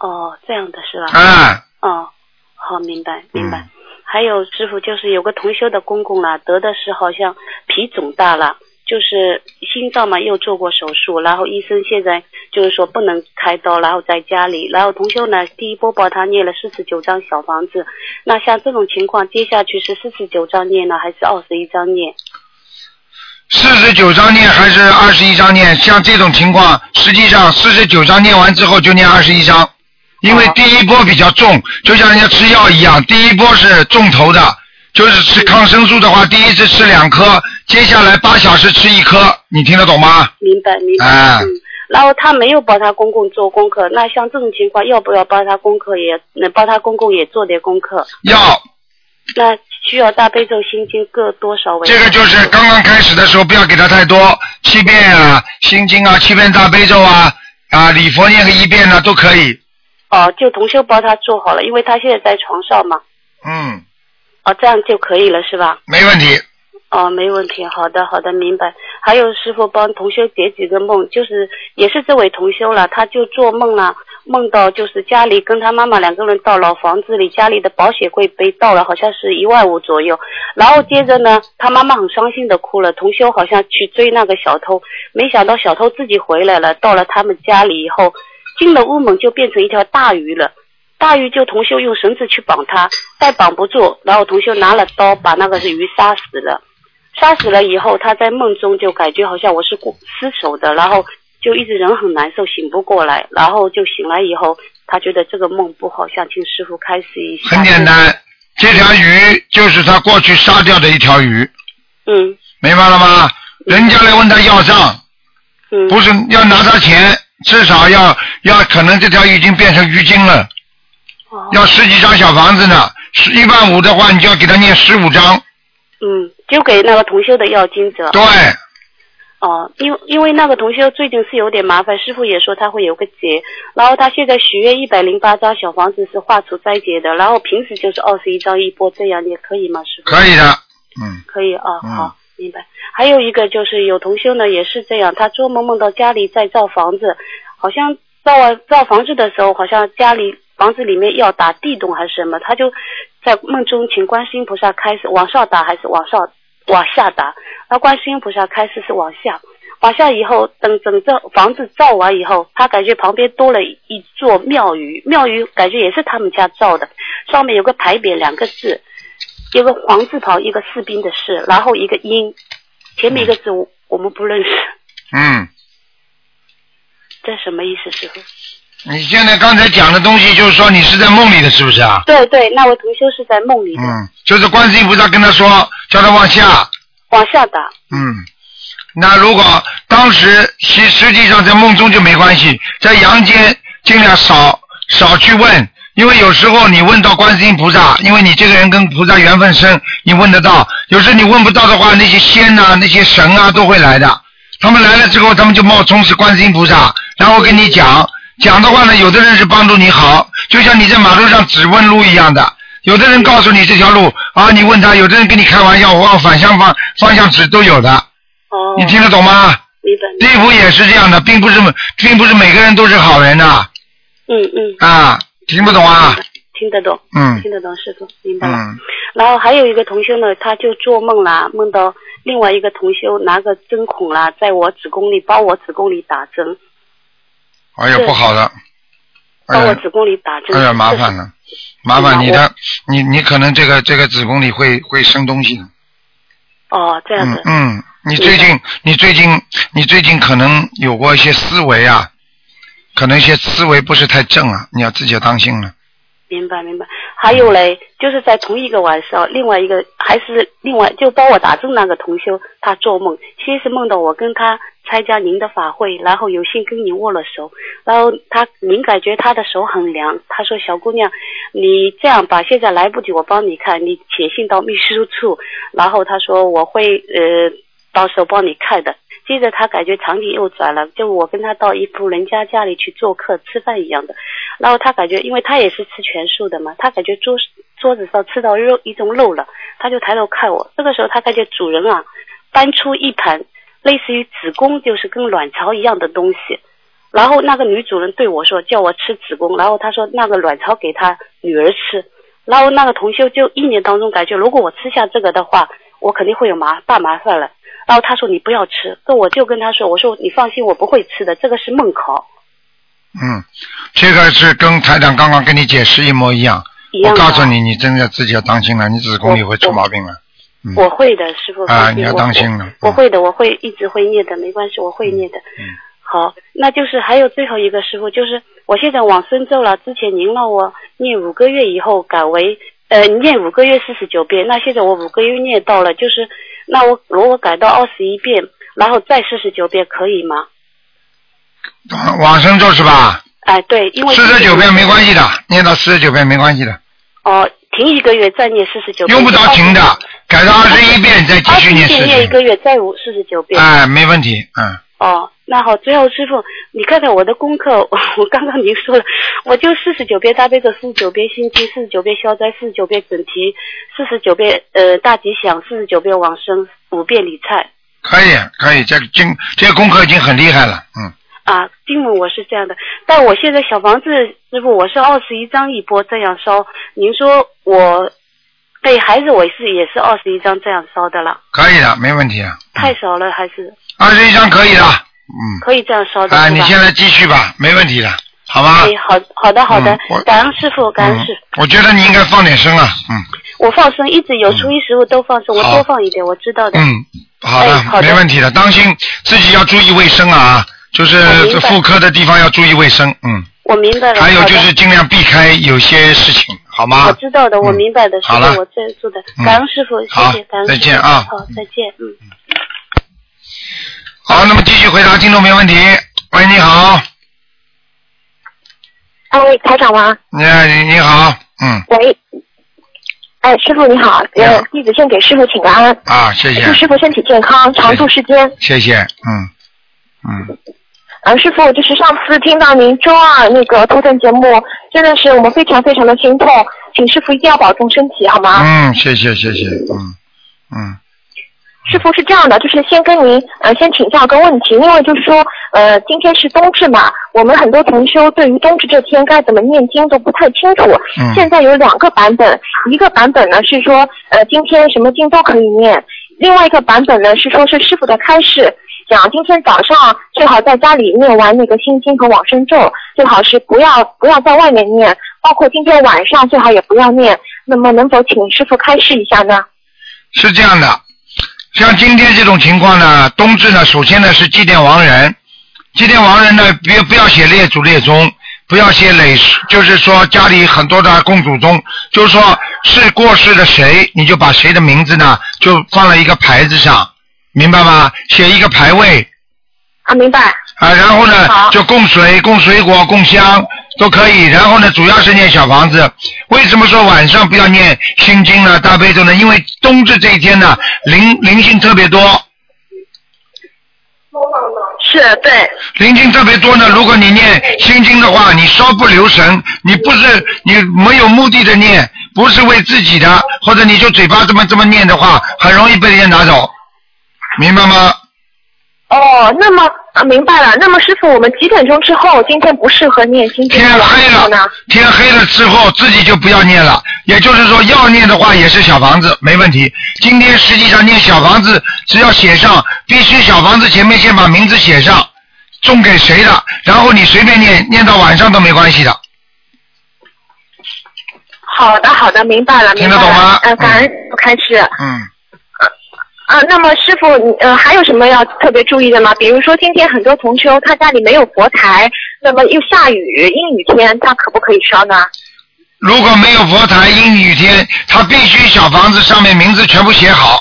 哦，这样的是吧？
哎，
哦，好，明白明白。啊还有师傅，就是有个同修的公公啦，得的是好像脾肿大了，就是心脏嘛又做过手术，然后医生现在就是说不能开刀，然后在家里，然后同修呢第一波帮他念了四十九张小房子，那像这种情况，接下去是四十九张念呢，还是二十一张念？
四十九章念还是二十一章念？像这种情况，实际上四十九章念完之后就念二十一章，因为第一波比较重，就像人家吃药一样，第一波是重头的，就是吃抗生素的话，第一次吃两颗，接下来八小时吃一颗，你听得懂吗？
明白明白。
哎
嗯，然后他没有帮他公公做功课，那像这种情况，要不要帮他功课也，那帮他公公也做点功课？
要
那需要大悲咒、心经各多少为？
这个就是刚刚开始的时候不要给他太多，七遍啊、心经啊、七遍大悲咒啊、啊礼佛念个一遍呢、都可以。
哦，就同修帮他做好了，因为他现在在床上嘛。
嗯，
哦，这样就可以了，是吧？
没问题。
哦，没问题，好的，好的，明白。还有师傅帮同修解几个梦，就是也是这位同修了，他就做梦了，梦到就是家里跟他妈妈两个人到老房子里，家里的保险柜被盗了，好像是一万五左右。然后接着呢，他妈妈很伤心的哭了，同修好像去追那个小偷，没想到小偷自己回来了，到了他们家里以后，进了屋门就变成一条大鱼了。大鱼就同修用绳子去绑它，但绑不住，然后同修拿了刀把那个鱼杀死了。杀死了以后，他在梦中就感觉好像我是过失手的，然后就一直人很难受，醒不过来，然后就醒来以后，他觉得这个梦不好，想请师傅开示一下。
很简单，这条鱼就是他过去杀掉的一条鱼，
嗯。
明白了吗？人家来问他要账，
嗯
不是要拿他钱，至少要要可能这条鱼已经变成鱼精了，
哦
要十几张小房子呢，十一万五的话，你就要给他念十五张，
嗯，就给那个同修的要金者。
对，
哦，因为因为那个同修最近是有点麻烦，师傅也说他会有个结，然后他现在许愿一百零八张小房子是化除灾劫的，然后平时就是二十一张一波，这样也可以吗，师傅？
可以的，嗯，
可以啊，
嗯
好，明白。还有一个就是有同修呢，也是这样，他做梦梦到家里在造房子，好像造完造房子的时候，好像家里房子里面要打地洞还是什么，他就在梦中请观世音菩萨开始往上打还是往上往下打，那观世音菩萨开始是往下。往下以后，等整个房子造完以后，他感觉旁边多了一座庙宇，庙宇感觉也是他们家造的，上面有个牌匾，两个字，一个黄字旁，一个士兵的士，然后一个英，前面一个字我我们不认识，
嗯，
这什么意思，师傅？
你现在刚才讲的东西就是说你是在梦里的，是不是啊？
对对，那位同修是在梦里的，
嗯，就是观世音菩萨跟他说，叫他往下，
往下打。
嗯，那如果当时其实际上在梦中就没关系，在阳间尽量少少去问，因为有时候你问到观世音菩萨，因为你这个人跟菩萨缘分深，你问得到；有时你问不到的话，那些仙呐、那些神啊都会来的。他们来了之后，他们就冒充是观世音菩萨，然后跟你讲讲的话呢，有的人是帮助你好，就像你在马路上只问路一样的。有的人告诉你这条路啊，你问他；有的人跟你开玩笑，我往反向方方向指都有的。
哦，
你听得懂吗？
明白。
地府也是这样的，并不是并不是每个人都是好人呐
嗯嗯，
啊听不懂啊？
听得懂，
嗯
听得懂，师傅，明白了。
嗯
然后还有一个同修呢，他就做梦啦，梦到另外一个同修拿个针孔啦，在我子宫里帮我子宫里打针，
哎呦
对
不好的，哎
帮我
呀
子宫里打针。
哎呀麻烦
了。
了，麻烦
对
你
呀
的你你可能这个这个子宫里会会生东西的，
哦，这样
嗯
子。
嗯，你
对
最
的
近你最近你最近可能有过一些思维啊，可能一些思维不是太正啊，你要自己要当心了。
明白明白，还有嘞，就是在同一个晚上，另外一个还是另外就帮我打针那个同修，他做梦，先是梦到我跟他参加您的法会，然后有幸跟您握了手，然后他您感觉他的手很凉，他说小姑娘，你这样吧，现在来不及，我帮你看，你写信到秘书处，然后他说我会呃到时候帮你看的。接着他感觉场景又转了，就我跟他到一户人家家里去做客吃饭一样的，然后他感觉，因为他也是吃全素的嘛，他感觉桌桌子上吃到肉一种肉了，他就抬头看我。这个时候他感觉主人啊搬出一盘类似于子宫，就是跟卵巢一样的东西。然后那个女主人对我说，叫我吃子宫，然后他说那个卵巢给他女儿吃。然后那个同修就一年当中感觉，如果我吃下这个的话，我肯定会有麻大麻烦了。然后他说你不要吃，那我就跟他说，我说你放心，我不会吃的，这个是梦考。
嗯，这个是跟台长刚刚跟你解释一模一样。
一样
我
的
告诉你，你真的自己要当心了，你子宫里会出毛病了。嗯
我会的，师傅。
啊
放心
你要当心了
我我
嗯
会的，我会一直会念的，没关系，我会念的。
嗯
好，那就是还有最后一个师傅，就是我现在往生咒了，之前您让我念五个月以后改为呃念五个月四十九遍，那现在我五个月念到了，就是那我如果改到二十一遍，然后再四十九遍可以吗？
往 往生咒是吧？
哎，对，因为
四十九遍没关系的，念到四十九遍没关系的，
哦、停一个月再念四十九，哦
用不着停的，改到二十一遍再继
二十
续
一
念
遍
四
念一
十。
个月再五四十九遍。
哎，没问题，嗯，
哦，那好，最后师傅，你看看我的功课，我我刚刚您说了，我就四十九遍大悲咒，四十九遍心经，四十九遍消灾，四十九遍准提，四十九遍呃大吉祥，四十九遍往生，五遍理财
可以，可以，这个经这个功课已经很厉害了，嗯，
啊。经文我是这样的，但我现在小房子师傅，我是二十一张一波这样烧，您说我给孩子我是也是二十一张这样烧的了，
可以的，没问题啊。
太少了还是
二十一张可以的，嗯，
可以这样烧的
啊，
是
你
吧？
现在继续吧，没问题的，好吧？
哎，好好的好的
嗯我，
感恩师傅，感恩
嗯
师傅。，
我觉得你应该放点声啊，嗯
我放生一直有初一十五都放生，我
好
多放一点，我知道的。
嗯，好的，
哎好的
没问题的，当心自己要注意卫生啊，就是
我明白
这妇科的地方要注意卫生，嗯，
我明白了。
还有
好的
就是尽量避开有些事情，好
我
吗？
知道的，我
嗯
明白的，师
好了
傅，我这做的。
嗯
感恩师傅，谢
好
谢，感恩
再
师
见
傅
啊
好，
哦
再见，嗯。
好，那么继续回答听众没问题。喂，你好，
哎，台长吗？
你你你好，嗯
喂，哎，师傅你好，
你好
呃，弟子先给师傅请个安，
啊，谢
祝
谢
师傅身体健康，长驻世间。
谢谢，嗯嗯，
呃，师傅，就是上次听到您周二那个头疼节目，真的是我们非常非常的心痛，请师傅一定要保重身体，好吗？
嗯，谢谢谢谢，嗯嗯。
师傅是这样的，就是先跟您呃先请教个问题，因为就是说呃今天是冬至嘛，我们很多同修对于冬至这天该怎么念经都不太清楚。
嗯
现在有两个版本，一个版本呢是说呃今天什么经都可以念，另外一个版本呢是说是师傅的开示。讲今天早上最好在家里念完那个心经和往生咒，最好是不要不要在外面念，包括今天晚上最好也不要念。那么能否请师傅开示一下呢？
是这样的，像今天这种情况呢，冬至呢，首先呢是祭奠亡人，祭奠亡人呢，别不要写列祖列宗，不要写累世，就是说家里很多的供祖宗，就是说是过世的谁，你就把谁的名字呢，就放在一个牌子上，明白吗？写一个牌位，
啊，明白。
啊，然后呢
好，
就供水、供水果、供香都可以。然后呢，主要是念小房子。为什么说晚上不要念心经呢、大悲咒呢？因为冬至这一天呢，灵灵性特别多，
是对，
灵性特别多呢。如果你念心经的话，你稍不留神，你不是你没有目的的念，不是为自己的，或者你就嘴巴这么这么念的话，很容易被人家拿走，明白吗？
哦，那么啊，明白了。那么师傅，我们几点钟之后今天不适合念心经
天
了
黑
然后
了
呢？，
天黑了之后自己就不要念了。也就是说，要念的话也是小房子，没问题。今天实际上念小房子，只要写上，必须小房子前面先把名字写上，送给谁的，然后你随便念，念到晚上都没关系的。
好的，好的，明白了，
听
明
得
白了。
懂吗
呃，感恩
嗯
师傅开始。
嗯，
啊，那么师傅，你呃，还有什么要特别注意的吗？比如说今天很多同修他家里没有佛台，那么又下雨，阴雨天，他可不可以烧呢？
如果没有佛台阴雨天，他必须小房子上面名字全部写好。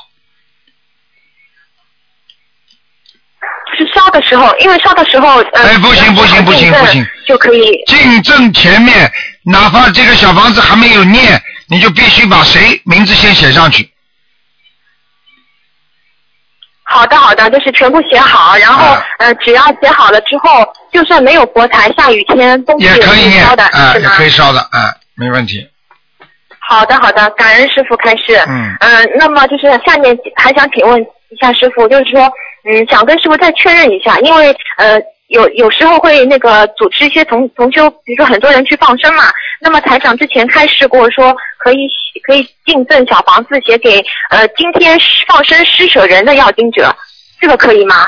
就是烧的时候，因为烧的时候，呃，
哎不行不行不行不行，
就可以。
进正前面，哪怕这个小房子还没有念，你就必须把谁名字先写上去。
好的，好的，就是全部写好，然后、
啊
呃，只要写好了之后，就算没有佛台，下雨天冬
也
天
可以念
烧的，
啊，
是
也
吗？
可以烧的啊，没问题。
好的，好的，感恩师傅开示。
嗯
呃那么就是下面还想请问一下师傅，就是说，嗯，想跟师傅再确认一下，因为呃，有有时候会那个组织一些同同修，比如说很多人去放生嘛。那么台长之前开示过说，可以写可以敬赠小房子写给呃今天施放生施舍人的要经者，这个可以吗？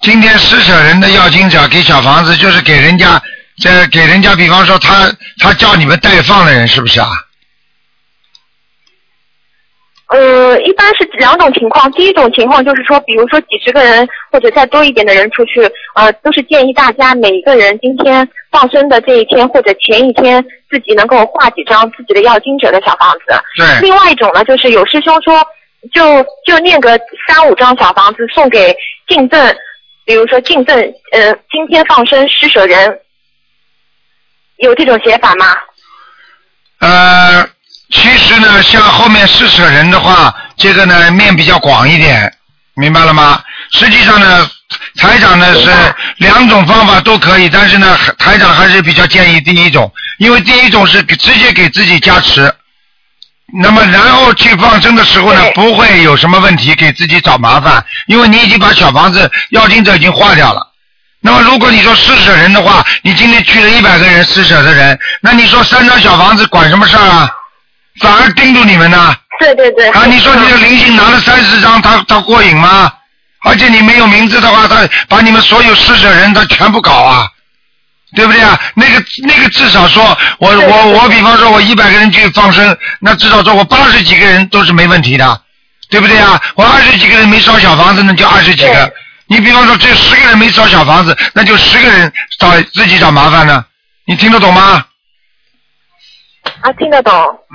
今天施舍人的要经者给小房子，就是给人家，这给人家，比方说他他叫你们代放的人是不是啊？
呃，一般是两种情况。第一种情况就是说，比如说几十个人或者再多一点的人出去，呃，都是建议大家每一个人今天放生的这一天或者前一天，自己能够画几张自己的要经者的小房子。
对
另外一种呢，就是有师兄说，就就念个三五张小房子送给敬赠，比如说敬赠，呃，今天放生施舍人，有这种写法吗？
呃，其实呢，像后面施舍人的话，这个呢面比较广一点，明白了吗？实际上呢，台长呢是两种方法都可以，但是呢，台长还是比较建议第一种，因为第一种是给直接给自己加持，那么然后去放生的时候呢，不会有什么问题，给自己找麻烦，因为你已经把小房子要经者已经化掉了。那么如果你说施舍人的话，你今天去了一百个人施舍的人，那你说三张小房子管什么事儿啊？反而盯住你们呢。
对对对。
啊，你说你的灵性拿了三十张，他他过瘾吗？而且你没有名字的话，他把你们所有施舍人他全部搞啊，对不对啊？那个那个至少说我我我比方说我一百个人去放生，那至少说我八十几个人都是没问题的，对不对啊？我二十几个人没烧小房子，那就二十几个。你比方说这十个人没烧小房子，那就十个人找自己找麻烦呢。你听得懂吗？
啊，听得懂。嗯。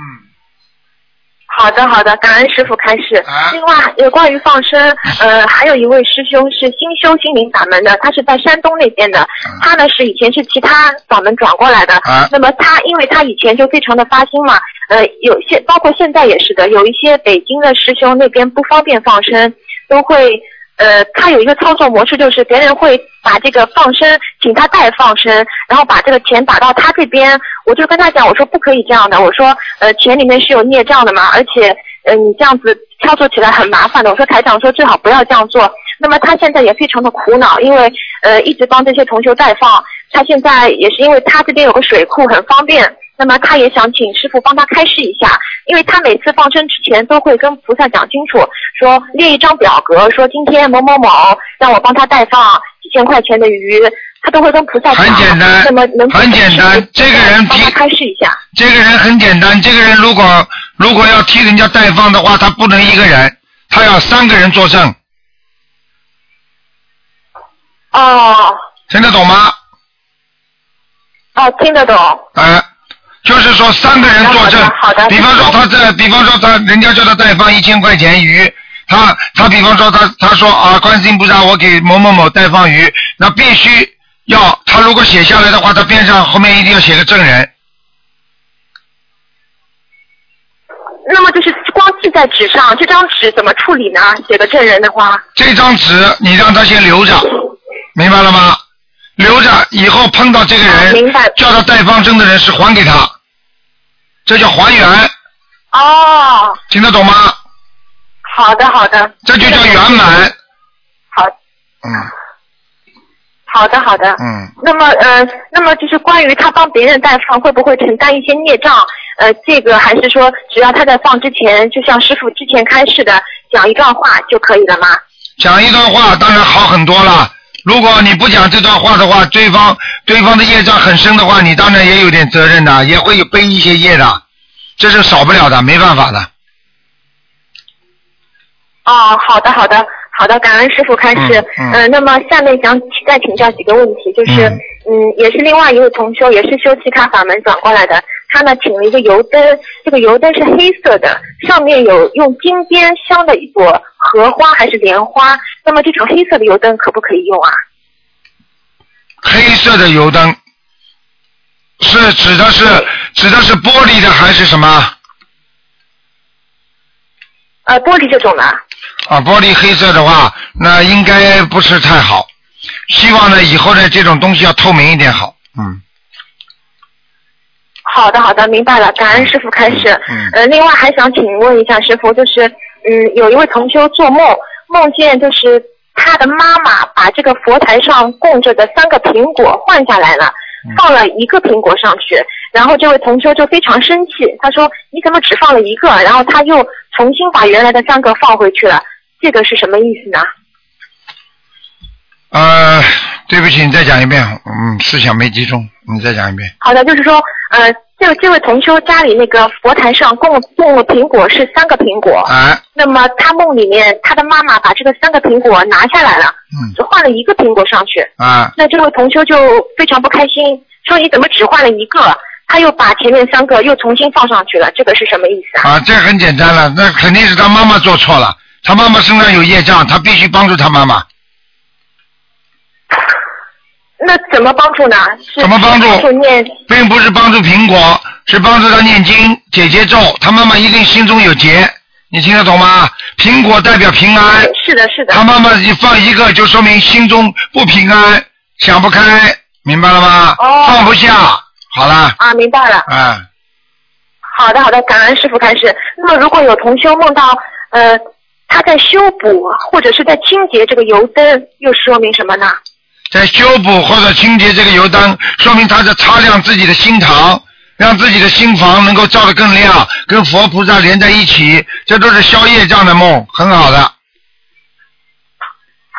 好的，好的，感恩师傅开示。另外，有关于放生，呃，还有一位师兄是新修心灵法门的，他是在山东那边的。他呢是以前是其他法门转过来的。
啊
那么他，因为他以前就非常的发心嘛，呃，有些包括现在也是的，有一些北京的师兄那边不方便放生，都会呃，他有一个操作模式，就是别人会把这个放生，请他代放生，然后把这个钱打到他这边。我就跟他讲，我说不可以这样的，我说呃，钱里面是有孽障的嘛，而且呃，你这样子操作起来很麻烦的。我说台长说最好不要这样做。那么他现在也非常的苦恼，因为呃一直帮这些同学代放，他现在也是因为他这边有个水库很方便，那么他也想请师傅帮他开示一下，因为他每次放生之前都会跟菩萨讲清楚，说列一张表格，说今天某某某让我帮他代放几千块钱的鱼，他都会跟菩萨讲。
很简单
那么能
很简单这个人
帮他开示一下。
这个人很简单，这个人如果如果要替人家代放的话，他不能一个人，他要三个人作证，
哦
听得懂吗？
哦，听得懂。
啊，就是说三个人作证。
好的好的
比方说他在，比方说他，人家叫他代放一千块钱鱼，他他比方说他他说啊，观世音菩萨，我给某某某代放鱼，那必须要他如果写下来的话，他边上后面一定要写个证人。
那么就是光记在纸上，这张纸怎么处理呢？写个证人的话，
这张纸你让他先留着，明白了吗？留着以后碰到这个人，叫他带方针的人是还给他，这叫还原，
哦，
听得懂吗？
好的好的，
这就叫圆满。
好，
嗯
好的好的。
嗯，
那么呃，那么就是关于他帮别人代放会不会承担一些孽障？呃，这个还是说只要他在放之前，就像师傅之前开示的讲一段话就可以了吗？
讲一段话当然好很多了。如果你不讲这段话的话，对方对方的业障很深的话，你当然也有点责任的，也会有背一些业的，这是少不了的，没办法的。
哦，好的，好的，好的，感恩师傅开始。
嗯嗯
呃，那么下面想再请教几个问题，就是，嗯也是另外一位同修，也是修其他法门转过来的，他呢请了一个油灯，这个油灯是黑色的，上面有用金边镶的一朵荷花还是莲花，那么这种黑色的油灯可不可以用啊？
黑色的油灯是指的是指的是玻璃的还是什么？啊
呃，玻璃这种的。
啊，玻璃黑色的话，那应该不是太好。希望呢，以后呢，这种东西要透明一点好。嗯，
好的，好的，明白了，感恩师傅开始。
嗯
呃，另外还想请问一下师傅，就是嗯，有一位同修做梦，梦见就是他的妈妈把这个佛台上供着的三个苹果换下来了，
嗯
放了一个苹果上去，然后这位同修就非常生气，他说你怎么只放了一个？然后他又重新把原来的三个放回去了，这个是什么意思呢？
呃，对不起，你再讲一遍，嗯，思想没集中，你再讲一遍。
好的，就是说，呃，这这位同修家里那个佛台上供供了苹果是三个苹果，
哎，
那么他梦里面他的妈妈把这个三个苹果拿下来了，
嗯，
只换了一个苹果上去，
啊，
那这位同修就非常不开心，说你怎么只换了一个？他又把前面三个又重新放上去了，这个是什么意思啊？
啊，这很简单了，那肯定是他妈妈做错了，他妈妈身上有业障，他必须帮助他妈妈。
那怎么帮助呢？是
怎么帮助
就念
并不是帮助苹果，是帮助他念经解结咒。他妈妈一定心中有结，你听得懂吗？苹果代表平安，
是的，是的，
他妈妈一放一个，就说明心中不平安，想不开，明白了吗？
哦
放不下，好了，
啊，明白了。
哎、
好的，好的，感恩师傅开始。那么，如果有同修梦到呃他在修补或者是在清洁这个油灯，又说明什么呢？
在修补或者清洁这个油灯，说明他在擦亮自己的心堂，让自己的心房能够照得更亮，跟佛菩萨连在一起，这都是消业障的梦，很好的。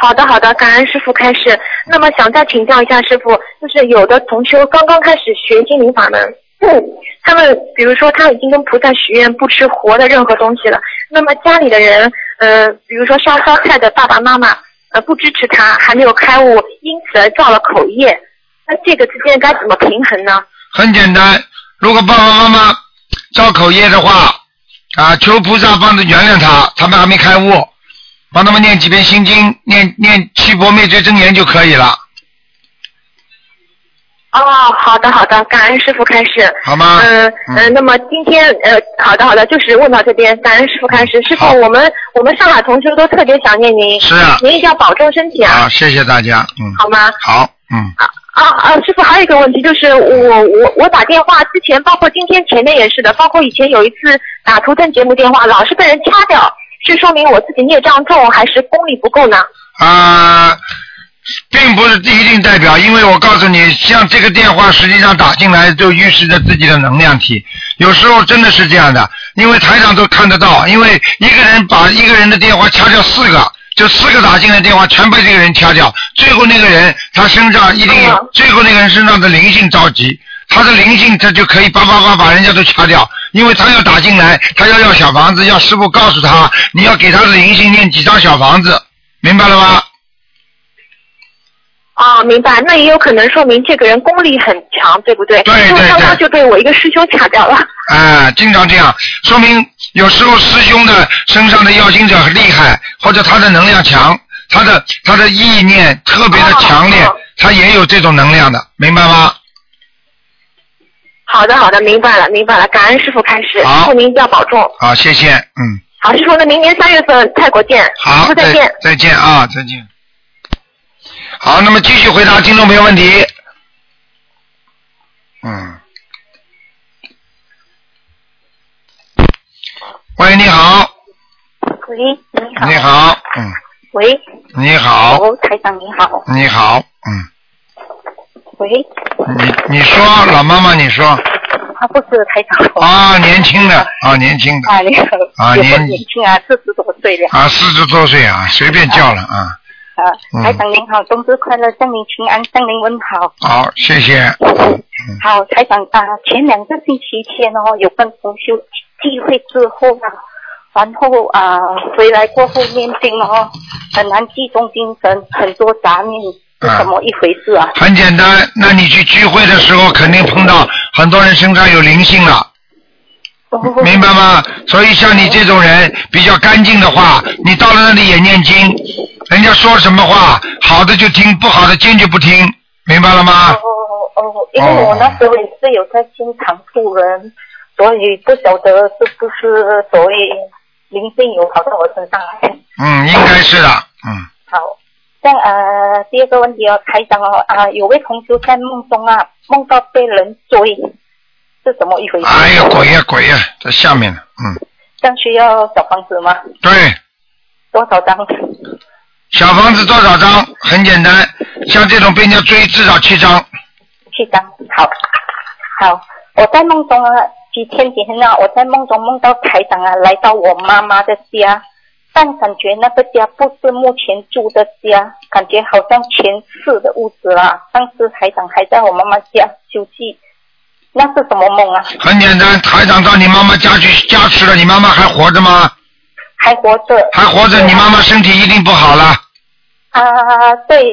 好的，好的，感恩师傅开示。那么想再请教一下师傅，就是有的同修刚刚开始学心灵法门， 嗯，他们比如说他已经跟菩萨许愿不吃活的任何东西了，那么家里的人，呃，比如说烧烧菜的爸爸妈妈，呃，不支持他，还没有开悟，因此而造了口业，那这个之间该怎么平衡呢？
很简单，如果爸爸妈妈造口业的话，啊，求菩萨帮着原谅他，他们还没开悟，帮他们念几遍心经，念念七佛灭罪真言就可以了，
哦，好的，好的，感恩师傅开示。
好吗？
嗯嗯，那么今天呃，好的好的，就是问到这边，感恩师傅开始。师傅
嗯好，
我们我们上海同修都特别想念您，
是啊，
您一定要保重身体啊，
好，谢谢大家，嗯，
好吗？
好，嗯，
啊啊，师傅还有一个问题就是我我我打电话之前，包括今天前面也是的，包括以前有一次打图腾节目电话，老是被人掐掉，是说明我自己孽障重还是功力不够呢？
啊，并不是一定代表，因为我告诉你，像这个电话实际上打进来就预示着自己的能量体，有时候真的是这样的，因为台长都看得到，因为一个人把一个人的电话掐掉四个。就四个打进来电话，全被这个人掐掉。最后那个人，他身上一定有，
嗯
最后那个人身上的灵性着急，他的灵性他就可以叭叭叭把人家都掐掉，因为他要打进来，他要要小房子，要师傅告诉他，你要给他的灵性念几张小房子，明白了吗？
啊，明白，那也有可能说明这个人功力很强，对不对？
对
因
对
为刚刚
对
就被我一个师兄掐掉了。
啊，经常这样，说明有时候师兄的身上的要经者很厉害，或者他的能量强，他的他的意念特别的强烈
哦哦，
他也有这种能量的，明白吗？
好的，好的，明白了，明白了，感恩师傅开始，
好
师傅您一定要保重。
好，谢谢，嗯，
好，师傅，那明年三月份泰国见，师
好，
傅再见。
再见啊，再见。好，那么继续回答听众朋友问题。嗯。喂，你好，
喂，你好，
你好，嗯，
喂，
你好，
哦，台长你好，
你好，嗯。
喂，
你你说，老妈妈，你说
啊，不是台长，
啊，年轻的啊，年轻的
啊，你好，
啊
也
您
不年轻啊，四十多岁了
啊，四十多岁啊，随便叫了啊，
啊
嗯，
台长您好，冬至快乐，向您请安，向您问好。
好，谢谢，嗯
好，台长啊，前两个星期天哦，有跟同修聚会之后啊，然后啊回来过后念经哦，很难集中精神，很多杂念，是怎么一回事啊？
很简单，那你去聚会的时候肯定碰到很多人身上有灵性了，
哦
明白吗？所以像你这种人比较干净的话，你到了那里也念经，人家说什么话，好的就听，不好的坚决不听，明白了吗？
哦哦，因为我那时候也是有在现场助人，所以不晓得是不是所谓灵性有跑到我身上来。
嗯，应该是的，嗯，
好，像呃第二个问题哦，台长哦啊、有位同学在梦中啊梦到被人追，是怎么一回事？
哎呀，鬼呀鬼呀，在下面呢，嗯，
这样需要小房子吗？
对，
多少张？
小房子多少张？很简单，像这种被人家追至少七张。
是的，好，好，我在梦中啊，几天几天啊，我在梦中梦到台长啊，来到我妈妈的家，但感觉那个家不是目前住的家，感觉好像前世的屋子啦。上次台长还在我妈妈家休息，那是什么梦啊？
很简单，台长到你妈妈家去家去了，你妈妈还活着吗？
还活着。
还活着，你妈妈身体一定不好了。
啊，对，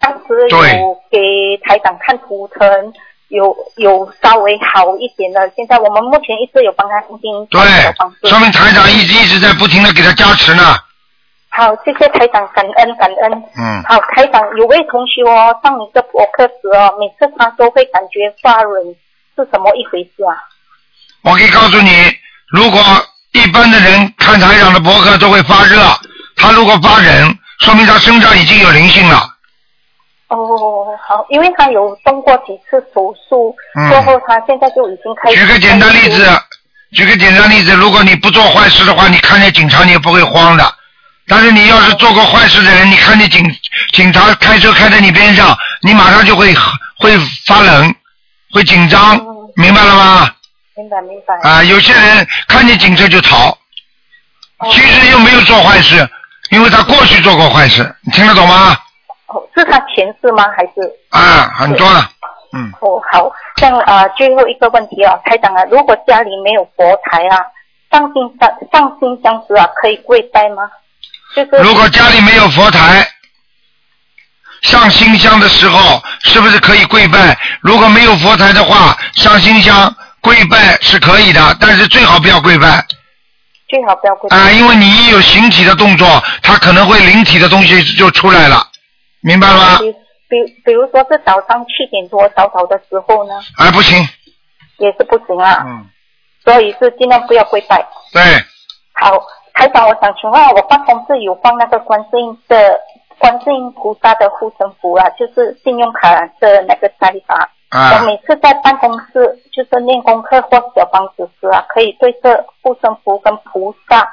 当时
对
有给台长看图腾，有有稍微好一点的。现在我们目前一直有帮他进行
对
小房子，
说明台长一直一直在不停的给他加持呢。
好，谢谢台长，感恩感恩。
嗯，
好，台长，有位同学哦，上你的博客时哦，每次他都会感觉发冷，是什么一回事啊？
我可以告诉你，如果一般的人看台长的博客都会发热，他如果发冷，说明他身上已经有灵性了。
哦，好，因为他有动过几次手术，
嗯
过后他现在就已经开始。
举个简单例子，举个简单例子，如果你不做坏事的话，你看见警察你也不会慌的。但是你要是做过坏事的人，你看见警警察开车开在你边上，你马上就会会发冷，会紧张，明白了吗？
哦明白明白。
啊，有些人看见警车就逃，
哦
其实又没有做坏事，因为他过去做过坏事，你听得懂吗？
哦，是他前世吗？还是？
啊，很多了，嗯，
哦，好，像呃最后一个问题啊，台长啊，如果家里没有佛台啊，上新香上新香纸啊，可以跪拜吗？就是
如果家里没有佛台，上新香的时候是不是可以跪拜？如果没有佛台的话，上新香跪拜是可以的，但是最好不要跪拜
最好不要跪拜。
啊，因为你一有形体的动作，它可能会灵体的东西就出来了，明白了吗？
比比比如说是早上七点多早早的时候呢，
啊，不行，
也是不行啊，
嗯，
所以是尽量不要跪拜。
对，
好，台长，我想请问，啊我办公室有放那个观世音的观世音菩萨的护身符啊，就是信用卡的那个代法。
啊
我，每次在办公室就是练功课或小房子时啊，可以对这护身符跟菩萨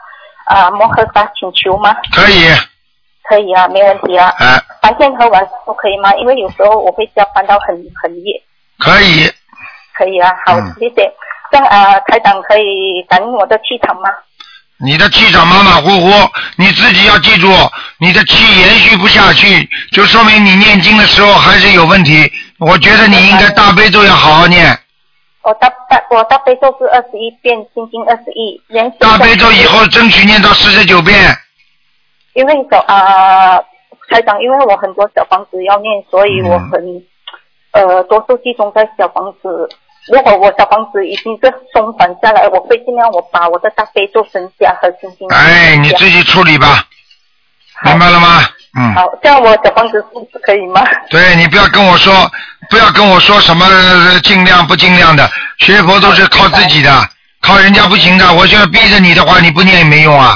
啊、摩诃萨请求吗？
可以，
可以啊，没问题啊。
啊，
白天和晚上都可以吗？因为有时候我会加班到很很夜。
可以。
可以啊，好
嗯，
谢谢。这样啊、呃，台长可以感应我的气场吗？
你的气场马马虎虎，你自己要记住，你的气延续不下去，就说明你念经的时候还是有问题。我觉得你应该大悲咒要好好念，
我大大我大悲咒是二十一遍，心经二十一，人生
大悲咒以后争取念到四十九遍。
因为走啊、呃，台长，因为我很多小房子要念，所以
嗯
我很、呃多数集中在小房子。如果我小房子已经是松缓下来，我会尽量我把我的大悲咒增加和心经增加。
哎，你自己处理吧，明白了吗？嗯，
好，这样我小房子是不是可以吗？
对你不要跟我说，不要跟我说什么呃尽量不尽量的，学佛都是靠自己的，靠人家不行的。我就要逼着你的话，你不念也没用啊，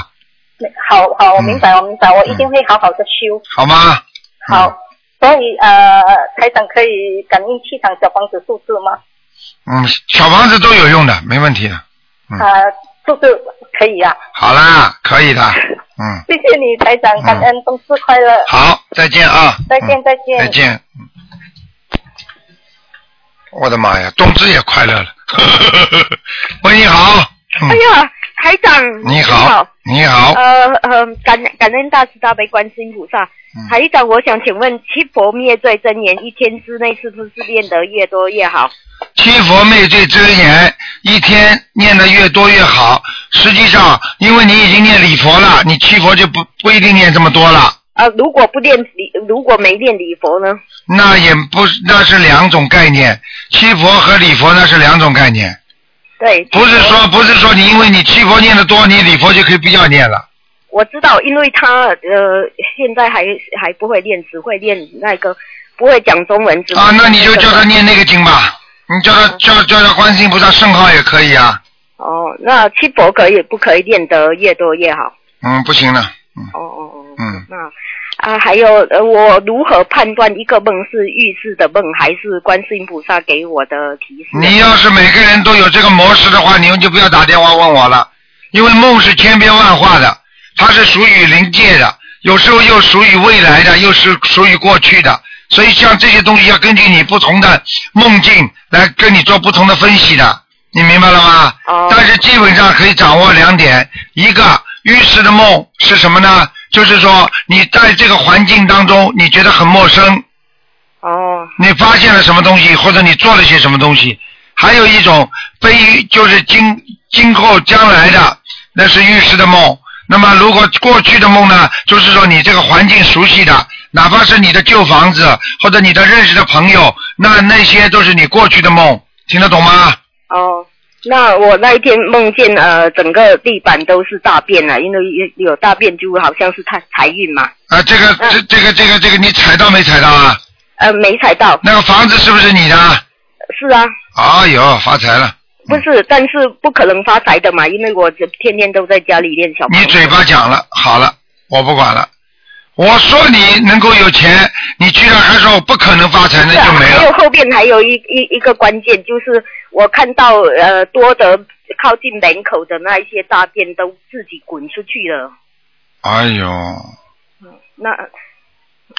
好好，我明白，我明白，我一定会好好的修。
好吗？嗯
好，所以呃，台长可以感应气场小房子数字吗？
嗯，小房子都有用的，没问题的。嗯
啊、数字可以啊。
好啦，可以的，嗯，
谢谢你，台长，感恩，冬至快乐，
好，再见啊，
再见
嗯，
再见。
再见，嗯我的妈呀，冬至也快乐了， 喂，你好，嗯
哎呀，台长，
你好，你好，
呃呃，感感恩大慈大悲观世音菩萨
嗯。
台长，我想请问，七佛灭罪真言一天之内是不是练得越多越好？
七佛灭罪真言，一天念的越多越好。实际上，因为你已经念礼佛了，你七佛就不不一定念这么多了。
呃，如果不练礼，如果没练礼佛呢？
那也不，那是两种概念，七佛和礼佛那是两种概念。
对，
不是说不是说你因为你七佛念的多，你礼佛就可以不要念了。
我知道，因为他呃现在还还不会练，只会练那个不会讲中文，只会
啊，那你就
个
叫他念那个经吧，你叫他叫叫他观世音菩萨圣号也可以啊。
哦，那七佛可以不可以练得越多越好？
嗯，不行了，嗯
哦哦哦。
嗯，
那啊，还有呃，我如何判断一个梦是预示的梦，还是观世音菩萨给我的提示？
你要是每个人都有这个模式的话，你们就不要打电话问我了，因为梦是千变万化的，它是属于灵界的，有时候又属于未来的，又是属于过去的。所以像这些东西要根据你不同的梦境来跟你做不同的分析的，你明白了吗？但是基本上可以掌握两点，一个预示的梦是什么呢？就是说你在这个环境当中，你觉得很陌生。
哦。
你发现了什么东西，或者你做了些什么东西？还有一种非就是今今后将来的，那是预示的梦。那么如果过去的梦呢，就是说你这个环境熟悉的，哪怕是你的旧房子或者你的认识的朋友，那那些都是你过去的梦，听得懂吗？
哦，那我那一天梦见呃，整个地板都是大便了，因为有有大便就好像是财财运嘛。
啊，这个这这个这个这个你踩到没踩到啊？
呃，没踩到。
那个房子是不是你的？
是啊，
哎呦，发财了！
不
嗯
是，但是不可能发财的嘛，因为我这天天都在家里练小。
你嘴巴讲了，好了，我不管了。我说你能够有钱，你居然还说我不可能发财，那
是啊
就没
还有
了。
后边还有一一一个关键，就是我看到呃多的靠近门口的那一些大便都自己滚出去了，
哎呦，
那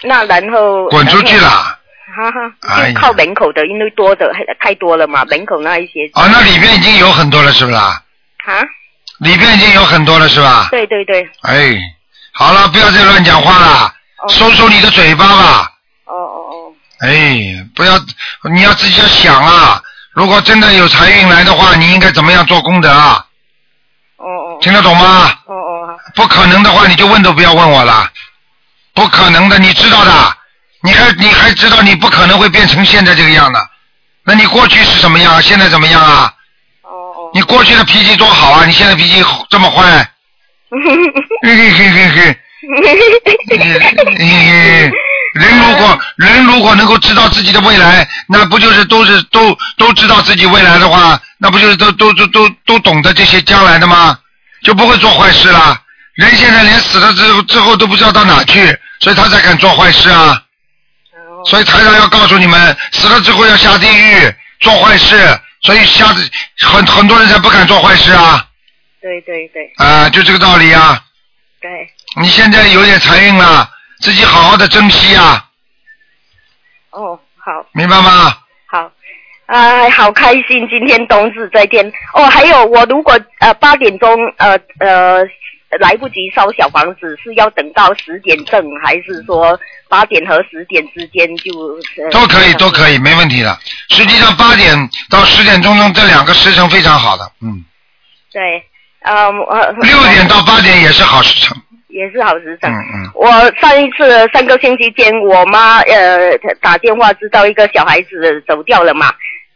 那然后
滚出去了。
哈哈，
哎
就
呀
靠门口的，因为多的还太多了嘛，门口那一些
啊，那里边已经有很多了，是不是啦？
啊，
里边已经有很多了，是吧？
对对对，
哎，好了，不要再乱讲话了，收收你的嘴巴吧。
哦哦哦，
哎，不要，你要自己要想啊。如果真的有财运来的话，你应该怎么样做功德啊？哦哦。听得懂吗？
哦哦。
不可能的话，你就问都不要问我了。不可能的，你知道的。你还你还知道你不可能会变成现在这个样的？那你过去是什么样？现在怎么样啊？哦哦。你过去的脾气多好啊！你现在脾气这么坏。嘿嘿嘿嘿嘿。你人如果人如果能够知道自己的未来，那不就是都是都都知道自己未来的话，那不就是都都都都都懂得这些将来的吗？就不会做坏事啦。人现在连死了之后之后都不知道到哪去，所以他才敢做坏事啊。所以台长要告诉你们，死了之后要下地狱做坏事，所以下次很很多人才不敢做坏事啊
对对对
啊、就这个道理啊。
对，
你现在有点财运了，自己好好的珍惜啊，
哦好。
明白吗？
好，哎，好开心，今天董事在店哦。还有，我如果呃八点钟呃呃来不及烧小房子，是要等到十点正，还是说八点和十点之间就、呃、
都可以，都可以，没问题的。实际上八点到十点钟钟这两个时辰非常好的，嗯，
对，呃呃
六点到八点也是好时辰，
也是好时辰。
嗯嗯，
我上一次上个星期间，我妈呃打电话知道一个小孩子走掉了嘛，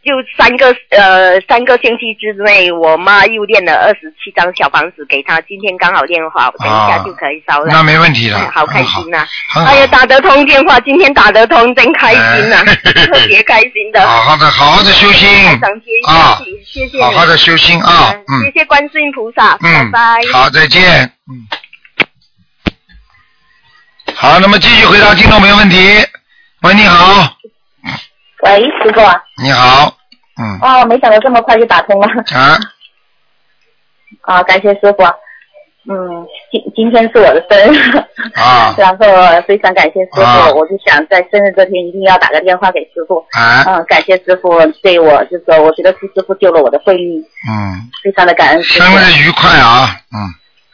就三个呃三个星期之内，我妈又练了二十七张小房子给她，今天刚好练好，等一下就可以烧了。
啊那没问题的
哎好开心呐、
很好
哎呀，打得通电话，今天打得通，真开心呐、
哎
特别开心的。嗯
好好的，好好的修心
台长接一
啊
起，谢谢你
好好的修心啊，
谢
嗯
谢观世音菩萨，拜
嗯，
拜。
好，再见，嗯。好，那么继续回答听众朋友问题。喂，你好，
喂，师傅啊，
你好，嗯
哦，没想到这么快就打 通了
啊，
啊！感谢师傅啊，嗯，今今天是我的生日，
啊
然后呃非常感谢师傅，
啊
我就想在生日这天一定要打个电话给师傅，
啊
嗯，感谢师傅对我，就是说我觉得是师傅救了我的慧命，
嗯，
非常的感恩师
生
傅，
日愉快啊，嗯，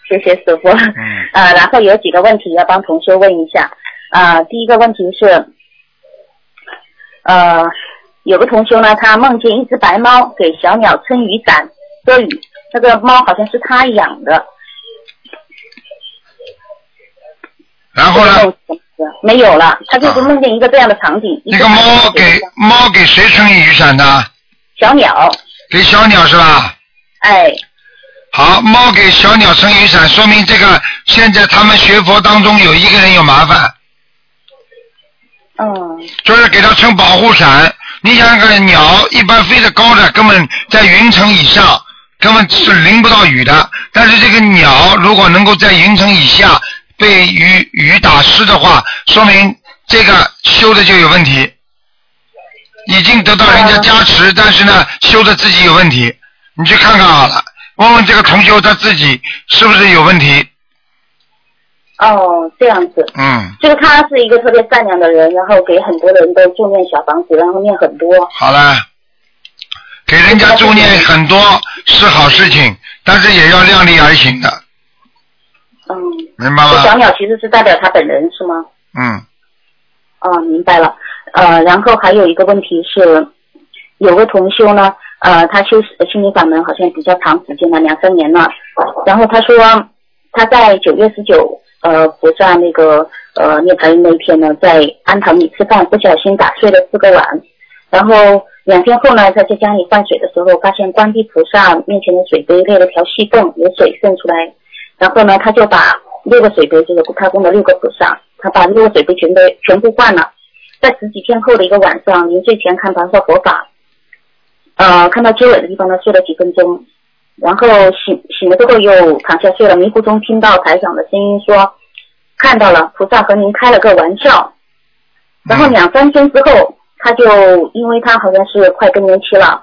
谢谢师 傅，
嗯，
呃，然后有几个问题要帮同学问一下，啊，第一个问题是，呃，有个同修呢，他梦见一只白猫给小鸟撑雨伞遮雨，那个猫好像是他养的，
然后呢？
没有了，他就是梦见一个这样的场景，一
啊那个猫给猫给谁撑雨伞的？
小鸟。
给小鸟是吧？
哎，
好，猫给小鸟撑雨伞，说明这个现在他们学佛当中有一个人有麻烦，
嗯，
就是给他撑保护伞。你想想看，鸟一般飞得高的，根本在云层以上，根本是淋不到雨的。但是这个鸟如果能够在云层以下被雨雨打湿的话，说明这个修的就有问题，已经得到人家加持，但是呢，修的自己有问题。你去看看好了，问问这个同修他自己是不是有问题。
哦，这样子，
嗯，
就是他是一个特别善良的人，然后给很多人都助念小房子，然后念很多。
好了，给人家助念很多是好事情，但是也要量力而行的，
嗯，
明白
这小
吗？
鸟其实是代表他本人是吗？
嗯，
哦，明白了。呃，然后还有一个问题是，有个同修呢，呃，他修心理法门好像比较长时间了，两三年了。然后他说他在九月十九，呃，菩萨那个呃涅槃那天呢，在庵堂里吃饭，不小心打碎了四个碗。然后两天后呢，他在家里换水的时候，发现观地菩萨面前的水杯裂了条细缝，有水渗出来。然后呢，他就把六个水杯，就是他供的六个菩萨，他把六个水杯全都全部换了。在十几天后的一个晚上，临睡前看白话佛法，呃，看到结尾的地方呢，睡了几分钟，然后醒醒了之后又躺下睡了，迷糊中听到台长的声音说，看到了，菩萨和您开了个玩笑。然后两三天之后，他就因为他好像是快更年期了，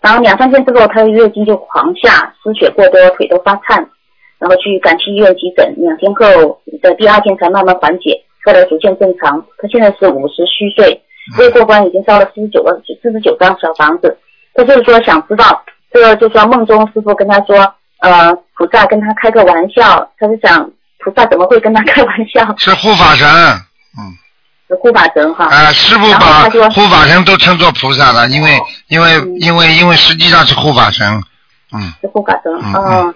然后两三天之后，他的月经就狂下，失血过多，腿都发颤，然后去赶去医院急诊，两天后的第二天才慢慢缓解，后来逐渐正常。他现在是五十虚岁，
嗯
未过关已经烧了四十九个四十九张小房子。他就是说想知道，这个就说梦中师傅跟他说，呃，菩萨跟他开个玩笑，他是想菩萨怎么会跟他开玩笑？
是护法神，
是护法神哈。
啊，师傅
然后
把
他说
护法神都称作菩萨了，因为因为因为因为实际上是护法神，嗯，
是护法神，嗯、
嗯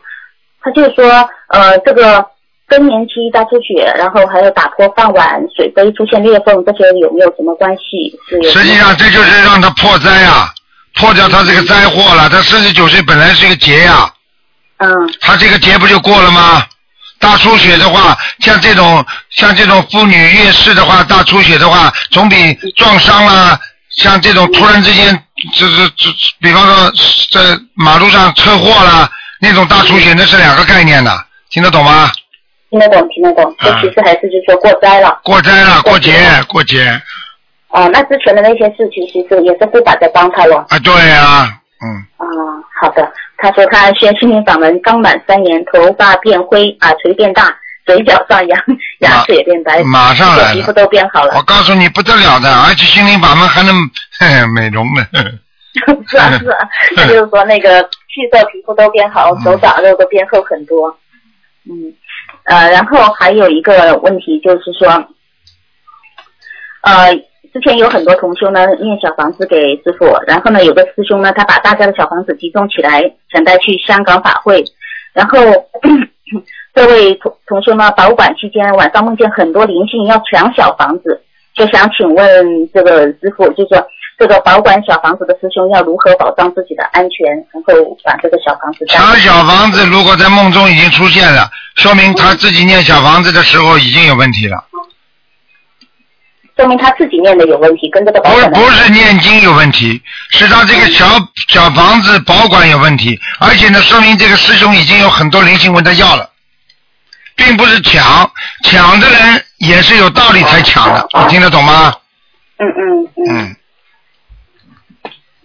他就说，呃，这个更年期大出血，然后还有打破饭碗、水杯出现裂缝，这些有没有什么关系？是有
实际上这就是让他破灾啊，破掉他这个灾祸了。他四十九岁本来是一个劫呀、
嗯，
他这个劫不就过了吗？大出血的话，像这种像这种妇女月事的话，大出血的话，总比撞伤啦，像这种突然之间，这这这，比方说在马路上车祸啦，那种大出血那是两个概念的，听得懂吗？
听得懂，听得懂。这其实还是就是说过灾了。
嗯过灾了，过节，过节
啊、那之前的那些事情，其实也是护法在帮他了。
啊，对啊，
啊、好的。他说他学心灵法门刚满三年，头发变灰，耳垂变大，嘴角上扬，牙齿也变白，
马上来了
皮肤都变好了。
我告诉你不得了的，而且心灵法门还能 嘿嘿美容呢。呵呵
是啊是啊，
嗯
他就是说那个气色、皮肤都变好，
嗯
手掌肉都变厚很多。嗯，呃，然后还有一个问题就是说，呃，之前有很多同修呢念小房子给师傅，然后呢有个师兄呢他把大家的小房子集中起来，想带去香港法会，然后。 这位同同修呢，保管期间晚上梦见很多灵性要抢小房子，就想请问这个师傅，就说这个保管小房子的师兄要如何保障自己的安全，然后把这个小房子带
抢小房子如果在梦中已经出现了，说明他自己念小房子的时候已经有问题了，
说明他自己念的有问题，跟这个保
不是
管的
不是念经有问题，是他这个小小房子保管有问题，而且呢，说明这个师兄已经有很多灵性问他要了，并不是抢，抢的人也是有道理才抢的，你听得懂吗？
嗯嗯嗯，
嗯，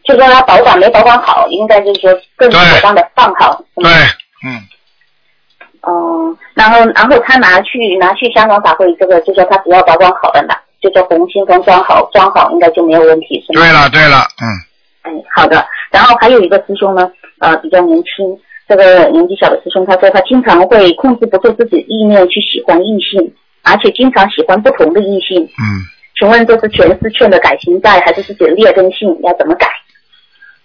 就说他保管没保管好，应该就是说更妥当的放好。
对，嗯
哦、然后然后他拿去拿去香港法会，这个就说他只要保管好了拿，就说红心风装好装好，应该就没有问题，是吗？
对了对了，嗯，
哎，好的。然后还有一个师兄呢，呃，比较年轻，这个年纪小的师兄，他说他经常会控制不住自己意念去喜欢异性，而且经常喜欢不同的异性。
嗯。
请问这是前世欠的感情债，还是自己的劣根性？要怎么改？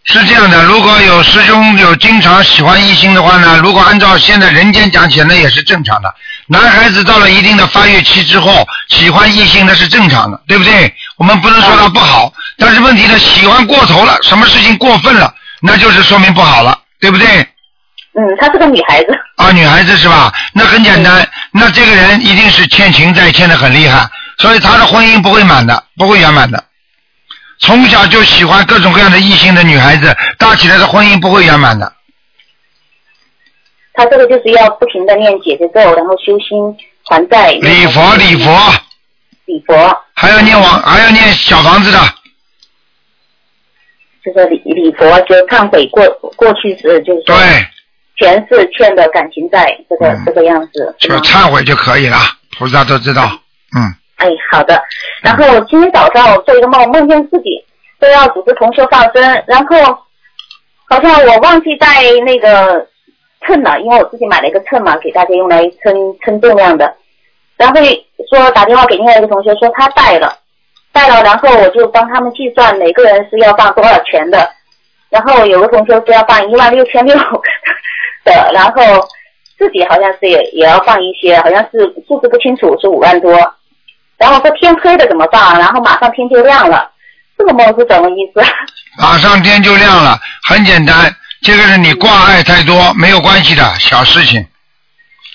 是这样的，如果有师兄有经常喜欢异性的话呢，如果按照现在人间讲起来，那也是正常的。男孩子到了一定的发育期之后，喜欢异性那是正常的，对不对？我们不能说他不好，但是问题呢，喜欢过头了，什么事情过分了，那就是说明不好了，对不对？
嗯，她是个女孩子。嗯
啊，女孩子是吧？那很简单，那这个人一定是欠情债欠的很厉害，所以他的婚姻不会满的，不会圆满的。从小就喜欢各种各样的异性的女孩子，大起来的婚姻不会圆满的。
他这个就是要不停的念姐姐咒，然后修心还债。
礼佛，礼佛，
礼佛，
还要念往，还要念小房子的。
就是礼礼佛，就忏悔过过去时，就是对
前
世欠的感情债，这个、这个样子。
就忏悔就可以了。菩萨都知道，嗯，
哎，好的。然后我今天早上我做一个梦，梦见自己都要组织同修放生，然后好像我忘记带那个秤了，因为我自己买了一个秤嘛，给大家用来称称重量的。然后说打电话给另外一个同学说他带了，带了，然后我就帮他们计算每个人是要放多少钱的。然后有个同学说要放一万六千六的，然后自己好像是也也要放一些，好像是数字不清楚是五万多。然后说天黑了怎么放？然后马上天就亮了，这个梦是怎么意思？
马上天就亮了，很简单，这个是你挂碍太多，没有关系的小事情，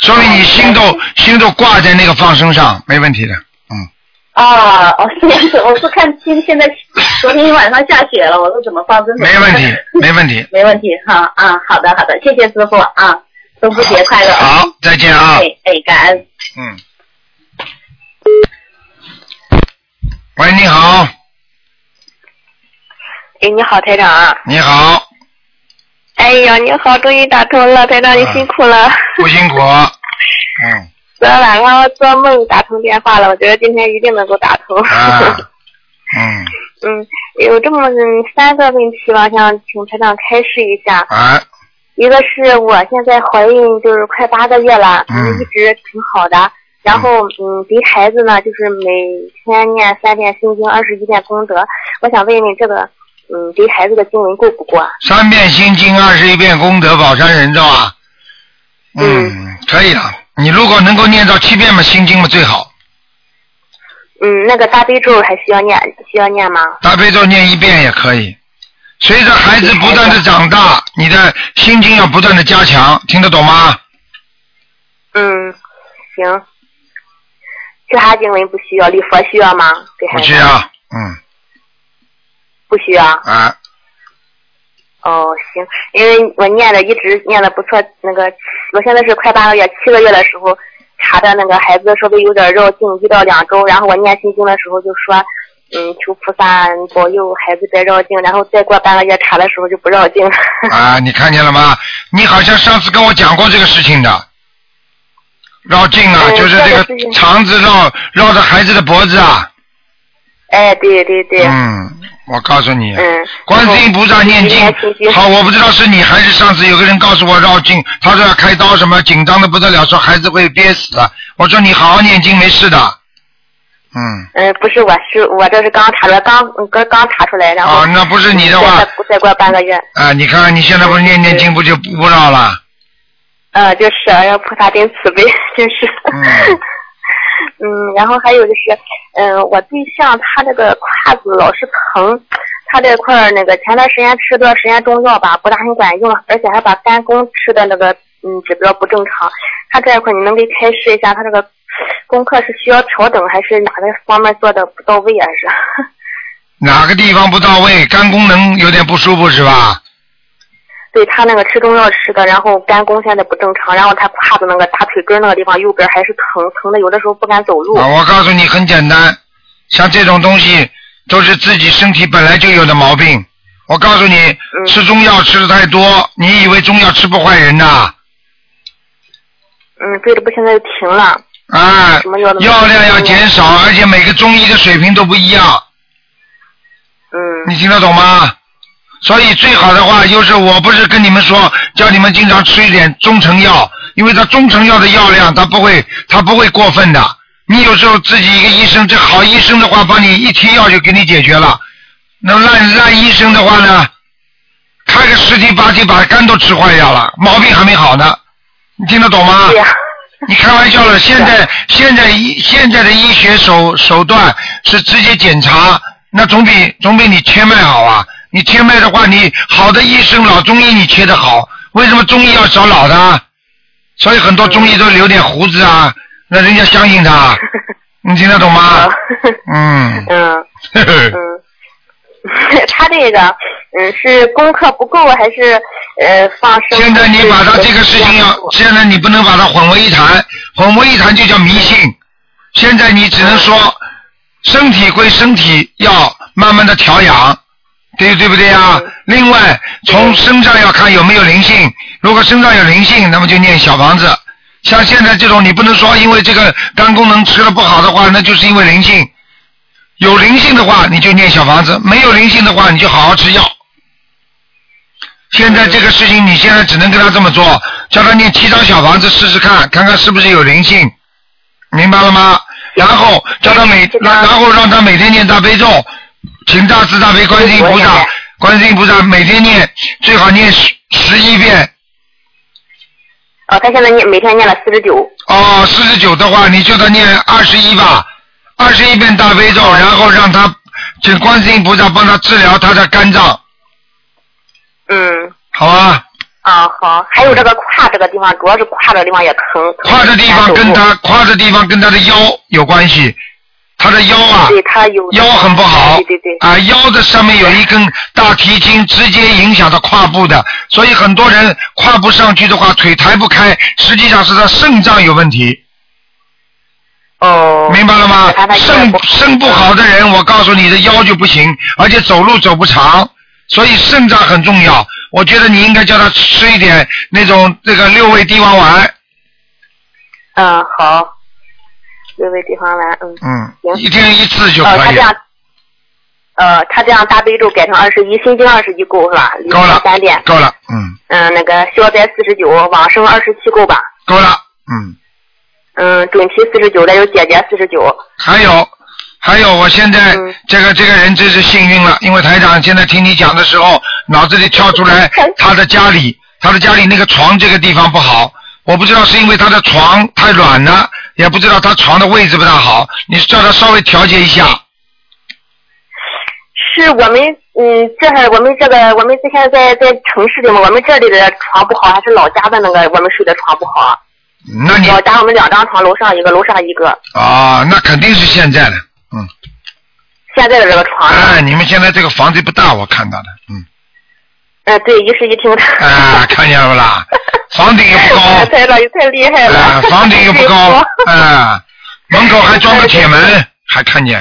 说明你心都心都挂在那个放生上，没问题的，嗯，
啊，哦，这样子，我是看今现在昨天晚上下雪了，我说怎么放，真的
没问题，没问题。
没问题哈啊，好的好的，谢谢师傅啊，中秋节快乐啊！
好，再见啊，
哎哎，感恩。
嗯。喂，你好，
哎，你好，台长。
你好，
哎呀，你好，终于打通了，台
啊
长，你辛苦了。
不辛苦，嗯，
昨天晚上我做梦打通电话了，我觉得今天一定能够打通。
啊，嗯，
嗯，有这么嗯三个问题吧，想请台长开示一下。
啊，
一个是我现在怀孕就是快八个月了，
嗯
一直挺好的。然后，嗯，给孩子呢，就是每天念三遍心经，二十一遍功德。我想问问这个，嗯，给孩子的经文够不够啊？
三遍心经，二十一遍功德宝山人咒啊，嗯，可以的。你如果能够念到七遍嘛，心经嘛最好，
嗯，那个大悲咒还需要念，需要念吗？
大悲咒念一遍也可以。随着孩子不断的长大，你的心经要不断的加强，听得懂吗？
嗯，行。其他经文不需要，礼佛需要吗？给孩
不
子
需要，嗯
不需要。
啊，
哦，行，因为我念的一直念的不错，那个我现在是快八个月，七个月的时候查的那个孩子稍微有点绕颈，一到两周，然后我念心经的时候就说，嗯，求菩萨保佑孩子别绕颈，然后再过半个月查的时候就不绕颈了。
啊，你看见了吗？你好像上次跟我讲过这个事情的，绕颈啊，
嗯
就是这
这个事
个
情
肠子绕绕着孩子的脖子啊。
哎，对对对，
嗯，我告诉你，
嗯
观世音菩萨念
然后
经，好，我不知道是你还是上次有个人告诉我绕颈，他说要开刀什么，紧张的不得了，说孩子会憋死。我说你好好念经，没事的。嗯，
嗯，不是我是我这是刚查出来，刚嗯刚刚查出来，然后
啊，那不是你的话
再，过再过半个月，
啊，你看看你现在不是念念经不就不不绕了？
呃，就是哎呀，菩萨真慈悲，真是。
嗯
嗯，然后还有就是，嗯、我对象他这个胯子老是疼，他这块儿那个前段时间吃段时间中药吧，不大很管用，而且还把肝功吃的那个嗯指标不正常。他这一块儿你能给开示一下，他这个功课是需要调整，还是哪个方面做的不到位啊？是？
哪个地方不到位，肝功能有点不舒服是吧？
对他那个吃中药吃的，然后肝功现在不正常，然后他胯子那个大腿根儿那个地方右边还是疼，疼的有的时候不敢走路。
啊，我告诉你很简单，像这种东西都是自己身体本来就有的毛病。我告诉你，吃中药吃的太多，你以为中药吃不坏人呐？
嗯，对的，不现在就停了。
啊
什么药都，没有
药量要减少，而且每个中医的水平都不一样。
嗯。
你听得懂吗？所以最好的话就是，我不是跟你们说，叫你们经常吃一点中成药，因为它中成药的药量，它不会，它不会过分的。你有时候自己一个医生，这好医生的话，帮你一贴药就给你解决了。那烂烂医生的话呢，开个十提八提把肝都吃坏掉了，毛病还没好呢。你听得懂吗？
对呀、
你开玩笑了，现在现在医现在的医学手手段是直接检查，那总比总比你切脉好啊。你切脉的话，你好的医生老中医你切的好，为什么中医要找老的啊？所以很多中医都留点胡子啊，那人家相信他，啊你听得懂吗？嗯，
嗯
呵 呵
嗯， 他这个嗯是功课不够还是呃放生？
现在你把他这个事情要，现在你不能把它混为一谈，混为一谈就叫迷信。现在你只能说，
嗯
身体归身体，要慢慢的调养，对对不对啊？
嗯
另外，从身上要看有没有灵性，如果身上有灵性，那么就念小房子。像现在这种，你不能说因为这个肝功能吃的不好的话，那就是因为灵性。有灵性的话，你就念小房子；没有灵性的话，你就好好吃药。现在这个事情，你现在只能跟他这么做，叫他念七张小房子试试看，看看是不是有灵性，明白了吗？然后叫他
嗯
每，然后让他每天念大悲咒，请大慈大悲观世音菩萨，观世音菩萨每天念，最好念十十一遍。
哦，他现在念每天念了四十九。
哦，四十九的话，你叫他念二十一吧，二十一遍大悲
哦
咒，然后让他请观世音菩萨帮他治疗他的肝脏，
嗯，
好吧？
啊好，还有这个胯这个地方，主要是胯这个地方也疼。
胯的地方跟他胯的地方跟他的腰有关系，他的腰啊，
对他有
腰很不好，
对对对，
啊，腰的上面有一根大提筋，直接影响到胯部的，所以很多人胯不上去的话，腿抬不开，实际上是他肾脏有问题。
哦，
明白了吗？肾肾不好的人，我告诉你的腰就不行，而且走路走不长，所以肾脏很重要。我觉得你应该叫他吃一点那种那个六味地黄丸，
嗯好，六味地黄丸，嗯，
嗯，
行，
一天一次就
呃，他
可以
这
了。
样，呃，他这样大悲咒改成二十一，心经二十一够是吧？
够了
三遍，
够了，嗯，
嗯，那个消灾四十九，往生二十七够吧？
够了，嗯。
嗯，准提四十九，再有姐姐四十九。
还有，还有，我现在、
嗯
这个这个人真是幸运了，因为台长现在听你讲的时候，脑子里跳出来
嗯
他的家里，他的家里那个床这个地方不好，我不知道是因为他的床太软了，也不知道他床的位置不大好，你叫他稍微调节一下。
是我们嗯，这儿我们这个我们之前在在城市里嘛，我们这里的床不好，还是老家的那个我们睡的床不好。
那你
老家我们两张床，楼上一个，楼上一个。
啊，那肯定是现在的，嗯。
现在的这个床。
哎，你们现在这个房子不大，我看到的，嗯。
嗯，对，一室一厅的。
啊，看见了不啦？房顶也不 高，
太老太厉害了。
啊，房顶又不高，
哎
啊，门口还装个铁门，还看见。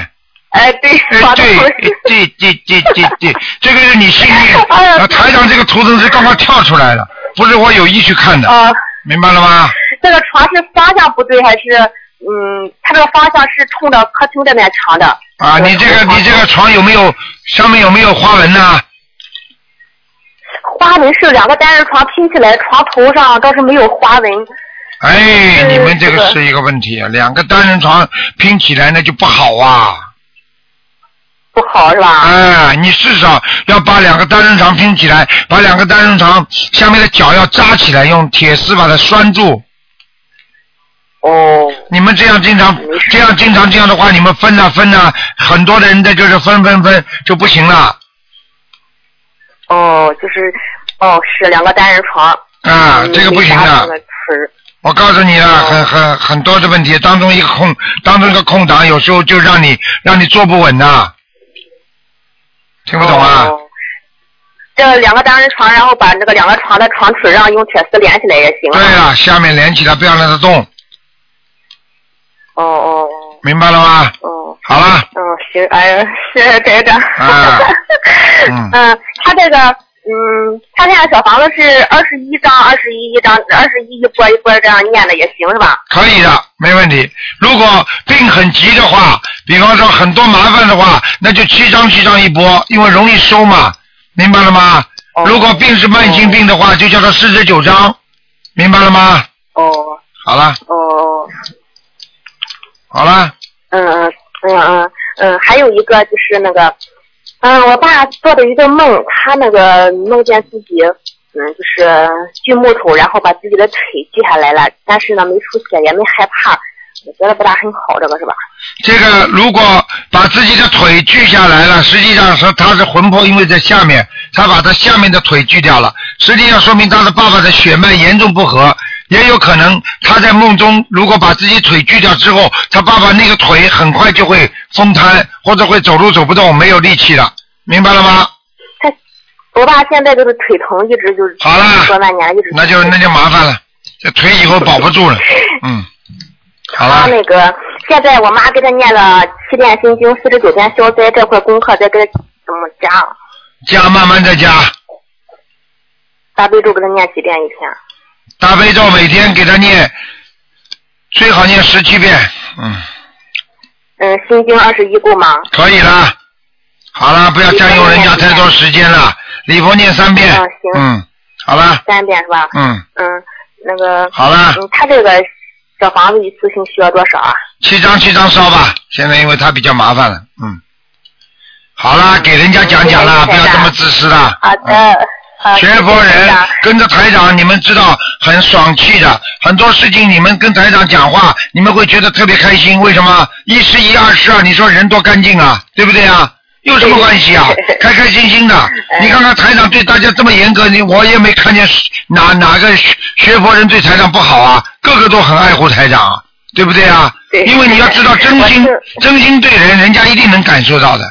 哎，对，
哎，对，对，对，对，对，对，这个是 你幸运。
哎
啊，台长这个图腾是刚刚跳出来的，不是我有意去看的。
啊，
明白了吗？
这个床是方向不对还是嗯？它这个方向是冲着客厅这面墙的。
啊，你这个你这个床有没有上面有没有花纹呢、
花纹是两个单人床拼起来，床头上倒是没有花纹。
哎，
嗯
你们这
这
个
个
是一个问题，啊，两个单人床拼起来那就不好啊。
不好是吧？
哎，你至少要把两个单人床拼起来，把两个单人床下面的脚要扎起来，用铁丝把它拴住。
哦。
你们这样经常这样经常这样的话，你们分呐、啊分呐、很多的人的就是分分分就不行了。
哦，就是哦，是两个单人床。
啊
嗯
这个不行的
没搭那个词
我告诉你啊，很很很多的问题，当中一个空，当中一个空档，有时候就让你让你坐不稳呐、听不懂啊？
这两个单人床，然后把那个两个床的床腿上用铁丝连起来也行啊
对了，下面连起来，不要让它动，
哦哦
明白了吗？
哦。
好了，
嗯，行，哎呀，谢谢台长。
啊，嗯，
嗯，他这个，嗯，他这样小房子是二十一张，二十一一张，二十一一波一波这样念的也行是吧？
可以的，没问题。如果病很急的话，比方说很多麻烦的话，那就七张七张一波，因为容易收嘛，明白了吗？如果病是慢性病的话，就叫它四十九张，明白了吗？
哦
好了，
哦，
好了，
嗯嗯嗯嗯嗯，还有一个就是那个，嗯，我爸做的一个梦，他那个梦见自己，嗯，就是锯木头，然后把自己的腿锯下来了，但是呢没出血，也没害怕，我觉得不大很好，这个是吧？
这个如果把自己的腿锯下来了，实际上说他是魂魄，因为在下面，他把他下面的腿锯掉了，实际上说明他的爸爸的血脉严重不和，也有可能他在梦中如果把自己腿锯掉之后，他爸爸那个腿很快就会风瘫，或者会走路走不动，没有力气了，明白了吗？
我爸现在就是腿疼，一直就是
好了
多半年一直。
那就那就麻烦了，这腿以后保不住了，嗯，好
他
了，
那个现在我妈给他念了七遍心经，四十九遍消灾这块功课，再给他怎么加？
加慢慢再加。
大悲咒给他念几遍一天？
大悲咒每天给他念最好念十七遍，嗯，
嗯，心经二十一过吗？
可以啦。好啦，不要占用人家太多时间了。礼佛念三遍
啊，行，
嗯，好啦，
三遍是吧？
嗯，
嗯，那个
好了
嗯，他这个小房子一次性需要多少啊？
七张七张烧吧。现在因为他比较麻烦了，嗯，好啦，给人家讲讲啦，
嗯谢
不
谢
要
台长
这么自私啦。
好的，好
学佛人跟着台长，你们知道很爽气的，很多事情你们跟台长讲话，你们会觉得特别开心。为什么？一是一，二是二，你说人多干净啊，对不对啊？有什么关系 啊？开开心心的。
嗯
你看看台长对大家这么严格，你我也没看见哪哪个学学佛人对台长不好啊，个个都很爱护台长，对不对啊？
对
因为你要知道真心真心对人，人家一定能感受到的。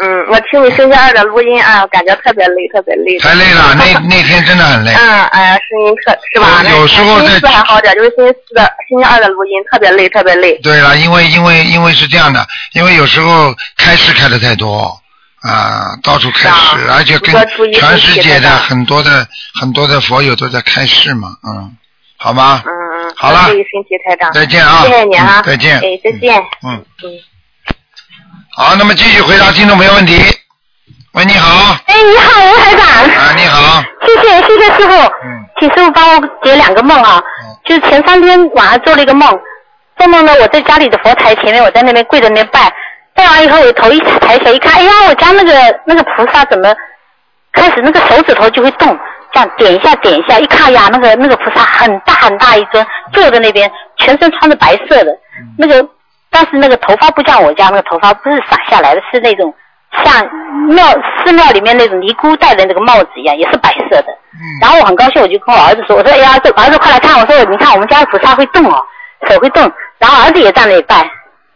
嗯，我听你星期二的录音啊，感觉特别累，特别累。
太累 了，那那天真的很累。
嗯，哎呀，声音特是吧？
有有时候
那星
在
期四还好点，就是星期四的、星期二的录音特别累，特别累。
对了，因为因为因为是这样的，因为有时候开市开的太多啊，到处开市，
啊
而且跟
不过初一
全世界
初一
的
吧
很多的很多的佛友都在开市嘛，嗯，好吗？
嗯，
好了
注意身体，台长。
再见啊
谢谢你啊，
嗯再见
哎，再见。
嗯，
嗯。
好，那么继续回答听众朋友问题。喂，你好，
哎，你好，吴台长。
啊，你好，
谢谢谢谢师傅，请师傅帮我解两个梦啊。就是前三天晚上做了一个梦，做梦呢我在家里的佛台前面，我在那边跪着那边拜，拜完以后我头一抬起来一看，哎呀，我家那个那个菩萨怎么开始那个手指头就会动，这样点一下点一下，一看呀，那个那个菩萨很大很大一尊，坐在那边，全身穿着白色的，那个但是那个头发不像我家那个头发，不是散下来的，是那种像庙寺庙里面那种尼姑戴的那个帽子一样，也是白色的。然后我很高兴，我就跟我儿子说：“我说，哎呀，这儿子快来看！我说，你看我们家的菩萨会动哦，手会动。”然后儿子也站那里拜，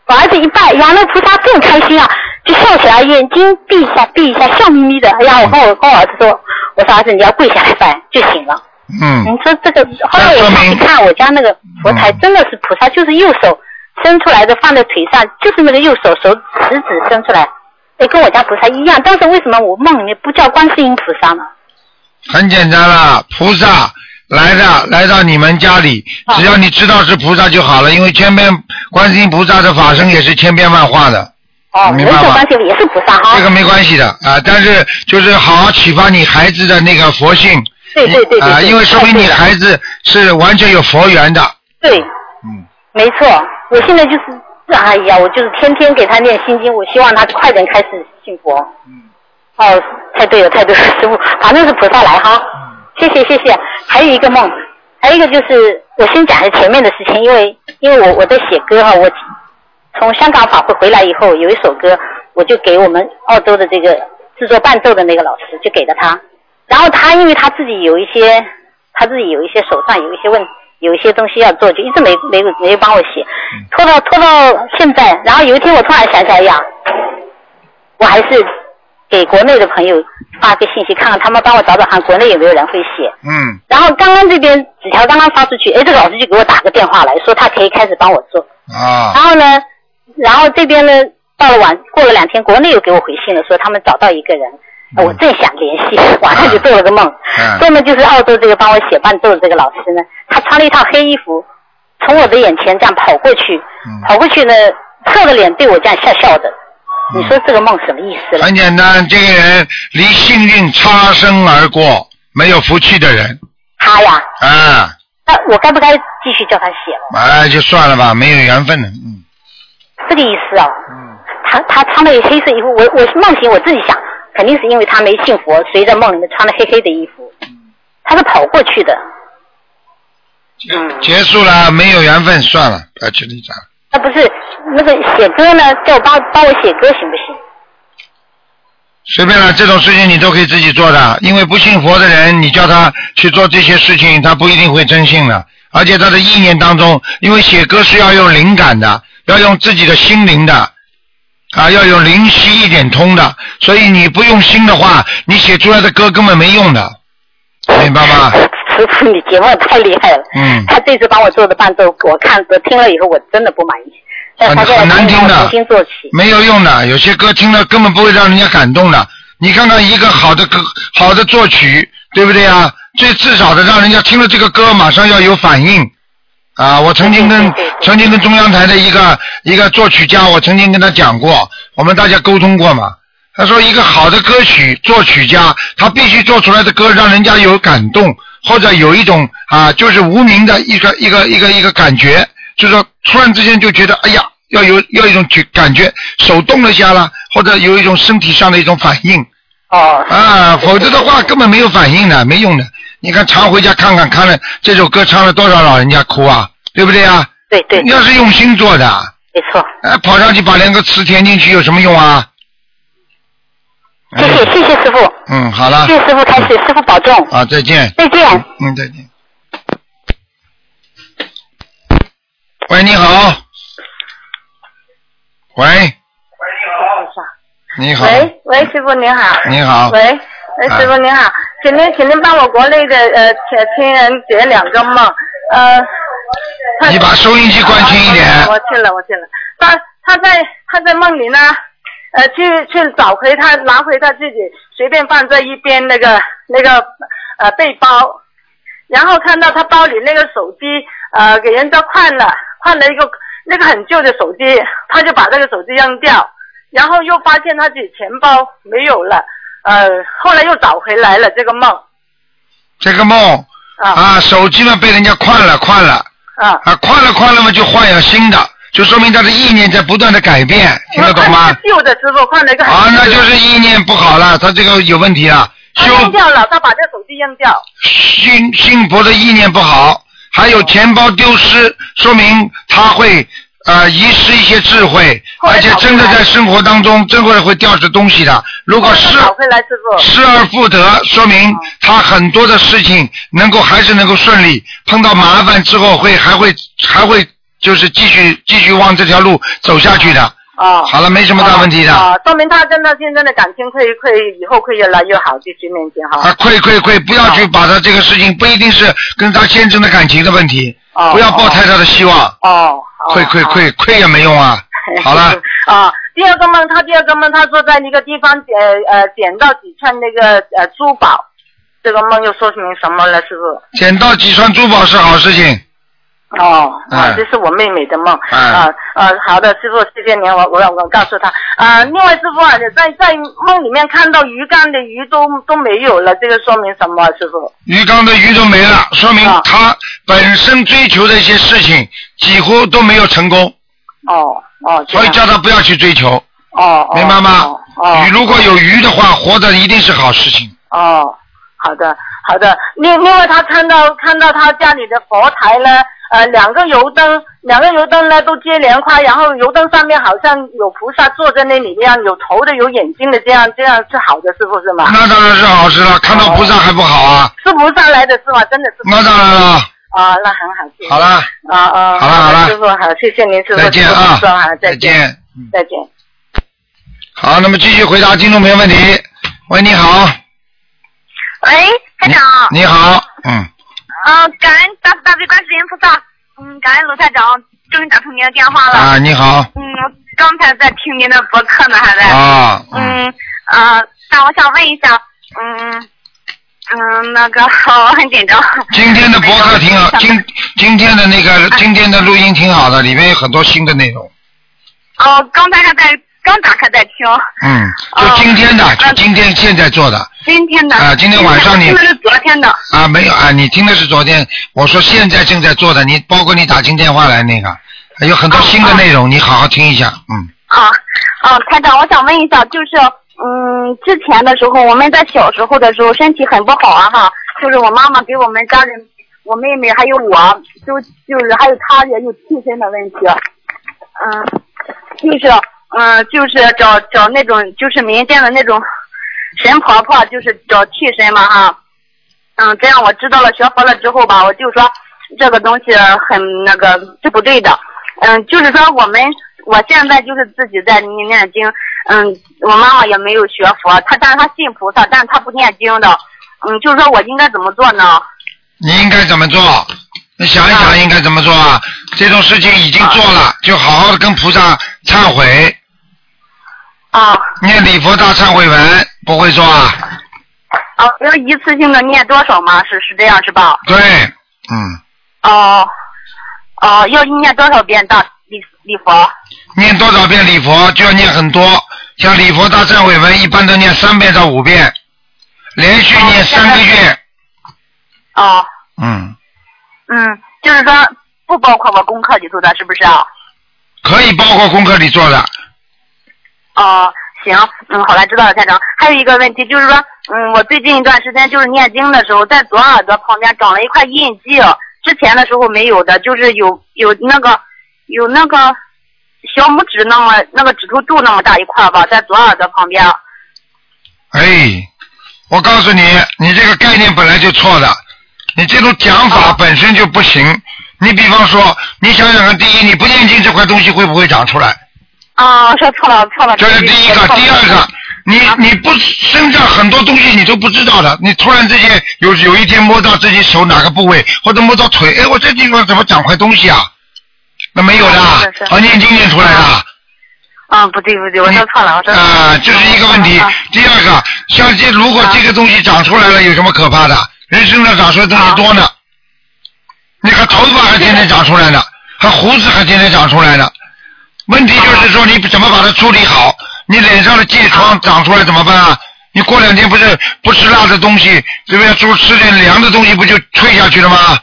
我儿子一拜，哎呀，那菩萨更开心啊，就笑起来，眼睛闭一下，闭一下，笑眯眯的。哎呀，我跟我跟我儿子说，我说儿子，你要跪下来拜就行了。
嗯，
你说这个，后来我一看，我家那个佛台真的是菩萨，就是右手伸出来的，放在腿上，就是那个右手手食指伸出来，哎，跟我家菩萨一样。但是为什么我梦里面不叫观世音菩萨呢？
很简单啦，菩萨来的来到你们家里，只要你知道是菩萨就好了，因为千变观世音菩萨的法身也是千变万化的。
哦，
明
右
白
手
吗？
观世音也是菩萨哈。
这个没关系的啊、但是就是好好启发你孩子的那个佛性。
对对对对对
啊、因为说明你孩子是完全有佛缘的。
对，嗯，没错，我现在就是，哎呀，我就是天天给他念心经，我希望他快点开始信佛。嗯。哦，太对了，太对了， 师傅，反正是菩萨来哈。谢谢谢谢，还有一个梦，还有一个就是我先讲一下前面的事情，因为因为我我在写歌哈，我从香港法会回来以后，有一首歌我就给我们澳洲的这个制作伴奏的那个老师就给了他，然后他因为他自己有一些他自己有一些手上有一些问有一些东西要做，就一直没没没帮我写，拖到拖到现在，然后有一天我突然想起来呀，我还是给国内的朋友发个信息，看看他们帮我找找看国内有没有人会写。
嗯，
然后刚刚这边纸条刚刚发出去，哎，这个老师就给我打个电话来说他可以开始帮我做。
啊
然后呢，然后这边呢，到了晚过了两天，国内又给我回信了，说他们找到一个人，呃我正想联系，晚上就做了个梦，
嗯
做梦就是澳洲这个帮我写伴奏的这个老师呢，他穿了一套黑衣服，从我的眼前这样跑过去，
嗯
跑过去呢，侧着脸对我这样笑笑的，
嗯
你说这个梦什么意思了？
很简单，这个人离幸运擦身而过，没有福气的人
他呀，
啊，
那我该不该继续叫他写了？
哎，就算了吧，没有缘分了。嗯，
这个意思啊。他他穿了黑色衣服，我我梦醒我自己想，肯定是因为他没信佛，所以在梦里面穿了黑黑的衣服。
嗯
他是跑过去的，
结束了，没有缘分，算了，不要去理他了。
那啊不是那个写歌呢，叫我帮帮我写歌行不行？
随便了，这种事情你都可以自己做的，因为不信佛的人，你叫他去做这些事情，他不一定会真信的。而且他的意念当中，因为写歌是要用灵感的，要用自己的心灵的，啊，要有灵犀一点通的。所以你不用心的话，你写出来的歌根本没用的，明白吗？
师傅，你节目太厉害了。
嗯，
他这次帮我做的伴奏，我看我听了以后，我真的不满意。但
很
他在
很难听的
重新做起。
没有用的，有些歌听了根本不会让人家感动的。你看看一个好的歌，好的作曲，对不对啊？最至少的让人家听了这个歌马上要有反应，啊，我曾经跟曾经跟中央台的一个一个作曲家，我曾经跟他讲过，我们大家沟通过嘛。他说一个好的歌曲作曲家，他必须做出来的歌让人家有感动，或者有一种啊，就是无名的一个一个一个一个感觉，就是说突然之间就觉得哎呀，要有要一种觉感觉，手动了一下啦，或者有一种身体上的一种反应。
哦。
啊，否则的话根本没有反应的，没用的。你看常回家看看，看了这首歌唱了多少老人家哭啊，对不对啊？
对对
要是用心做的，
没错。
哎，跑上去把两个词填进去有什么用啊？哎
谢谢谢谢师傅，
嗯，好了。
谢谢师傅开始，师傅保重，
啊，再见。
再见。
嗯，再见。喂，你好。喂，你好。
喂喂，师傅您好。
你好哎
喂喂，师傅您好，请您请您帮我国内的呃亲亲人解两个梦，呃。他
你把收音机关轻一点
啊我去了，我去了。他他在他在梦里呢，呃，去去找回他拿回他自己随便放在一边那个那个呃背包，然后看到他包里那个手机呃给人家换了，换了一个那个很旧的手机，他就把这个手机扔掉。然后又发现他自己钱包没有了，呃，后来又找回来了这个梦
这个梦
啊
啊，手机嘛被人家换了，换了
啊
啊，换了换了嘛就换了新的，就说明他的意念在不断的改变，听得懂吗？
旧的师傅换了一个很
啊，
旧的
那就是意念不好了，他这个有问题了，
他扔掉了，他把这手机扔掉，
心心佛的意念不好，还
哦
有钱包丢失，说明他会呃遗失一些智慧，而且真的在生活当中，真的会掉失东西的。如果失
找回来哦师傅
失而复得，说明他很多的事情能够还是能够顺利，碰到麻烦之后会还会还会就是继续继续往这条路走下去的。
啊，
好了没什么大问题的
啊，说明他真的现在的感情会会以后会越来越好，继续面前哈。
啊，愧愧愧！不要去把他这个事情，不一定是跟他先生的感情的问题，
哦
不要抱太大的希望。
哦，
愧愧愧愧也没用啊！好了，
啊，第二个梦，他第二个梦，他说在一个地方捡呃捡到几串那个呃珠宝，这个梦又说明什么了，师傅？
捡到几串珠宝是好事情。
哦，
哎
啊，这是我妹妹的梦，
哎
啊啊，好的，师傅，谢谢您，我我我告诉她，啊，另外师傅啊，在在梦里面看到鱼竿的鱼都都没有了，这个说明什么啊，师傅？
鱼缸的鱼都没了，说明他本身追求的一些事情几乎都没有成功，
哦哦，这
所以
样
叫他不要去追求，
哦，哦
明白吗？
哦哦
鱼如果有鱼的话，活着一定是好事情。
哦，好的，好的。另另外，他看到看到他家里的佛台呢，呃，两个油灯，两个油灯呢都接莲花，然后油灯上面好像有菩萨坐在那里一样，有头的，有眼睛的，这样这样是好的，是不是嘛？
那当然是好事了，看到菩萨还不好啊？
是菩萨来的是吗？真的是。
那当然了。
啊，那很好。谢谢
好了，
啊啊，
好了
的
好了
师傅好，谢谢您，师傅，
再见
师傅
啊
您说好，再
再见，嗯
再见。
好，那么继续回答听众朋友问题。喂，你好，
喂，台长。
你好，嗯，
啊，感恩大慈大悲观世音菩萨，嗯，感恩卢台长，终于打通您的电话了。
啊，你好，
嗯，我刚才在听您的博客呢，还在。
啊，
嗯，呃，那我想问一下，嗯。嗯，那个我很紧张。
今天的博客挺好，今今天的那个今天的录音挺好的，里面有很多新的内容。
哦，刚才还在刚打开在听。
嗯，就今天的，就今天现在做的
今天的。
啊今天晚上你
今天我听的是昨天的。
啊，没有啊，你听的是昨天我说现在正在做的，你包括你打进电话来那个，有很多新的内容，你好好听一下，嗯，
啊啊，台长，我想问一下，就是嗯，之前的时候，我们在小时候的时候身体很不好啊哈，就是我妈妈给我们家人，我妹妹还有我，都就是还有她也有替身的问题，嗯，就是嗯，就是找找那种就是民间的那种神婆婆，就是找替身嘛哈，嗯，这样我知道了学佛了之后吧，我就说这个东西很那个是不对的，嗯，就是说我们我现在就是自己在念念经，嗯，我妈妈也没有学佛，她但是她信菩萨，但是她不念经的，嗯，就是说我应该怎么做呢？
你应该怎么做？你想一想应该怎么做啊？这种事情已经做了，就好好的跟菩萨忏悔。
啊。
念礼佛大忏悔文不会做啊？
啊，要一次性的念多少吗？是是这样是吧？
对，嗯，
哦、哦，要念多少遍大礼礼佛？
念多少遍礼佛就要念很多，像礼佛大忏悔文一般都念三遍到五遍，连续念三个月。
哦，
嗯，
嗯，就是说不包括我功课里头的，是不是啊？
可以包括功课里做的。
哦，行，嗯，好了，知道了，台长。还有一个问题就是说，嗯，我最近一段时间就是念经的时候，在左耳朵旁边长了一块印记，哦之前的时候没有的，就是有有那个有那个小拇指那么那个指头肚那么大一块吧，在左耳朵旁边。
哎，我告诉你，你这个概念本来就错的，你这种讲法本身就不行。你比方说，你想想看，第一，你不念经这块东西会不会长出来？
哦
啊，说错了，错了。
这是第一个，第二个，你
啊
你不身上很多东西你都不知道的，你突然之间有有一天摸到自己手哪个部位，或者摸到腿，哎，我这地方怎么长块东西啊？那没有的，
啊是是
啊，念经念出来的。
啊，不对不对，我说错了，我说错了。
啊，这是一个问题。第二个，像这如果这个东西长出来了，有什么可怕的？人身上长出来东西多呢，你看头发还天天长出来呢，还胡子还天天长出来呢。问题就是说你怎么把它处理好？你脸上的疥疮长出来怎么办啊？你过两天不是不吃辣的东西，这边多吃点凉的东西，不就退下去了吗？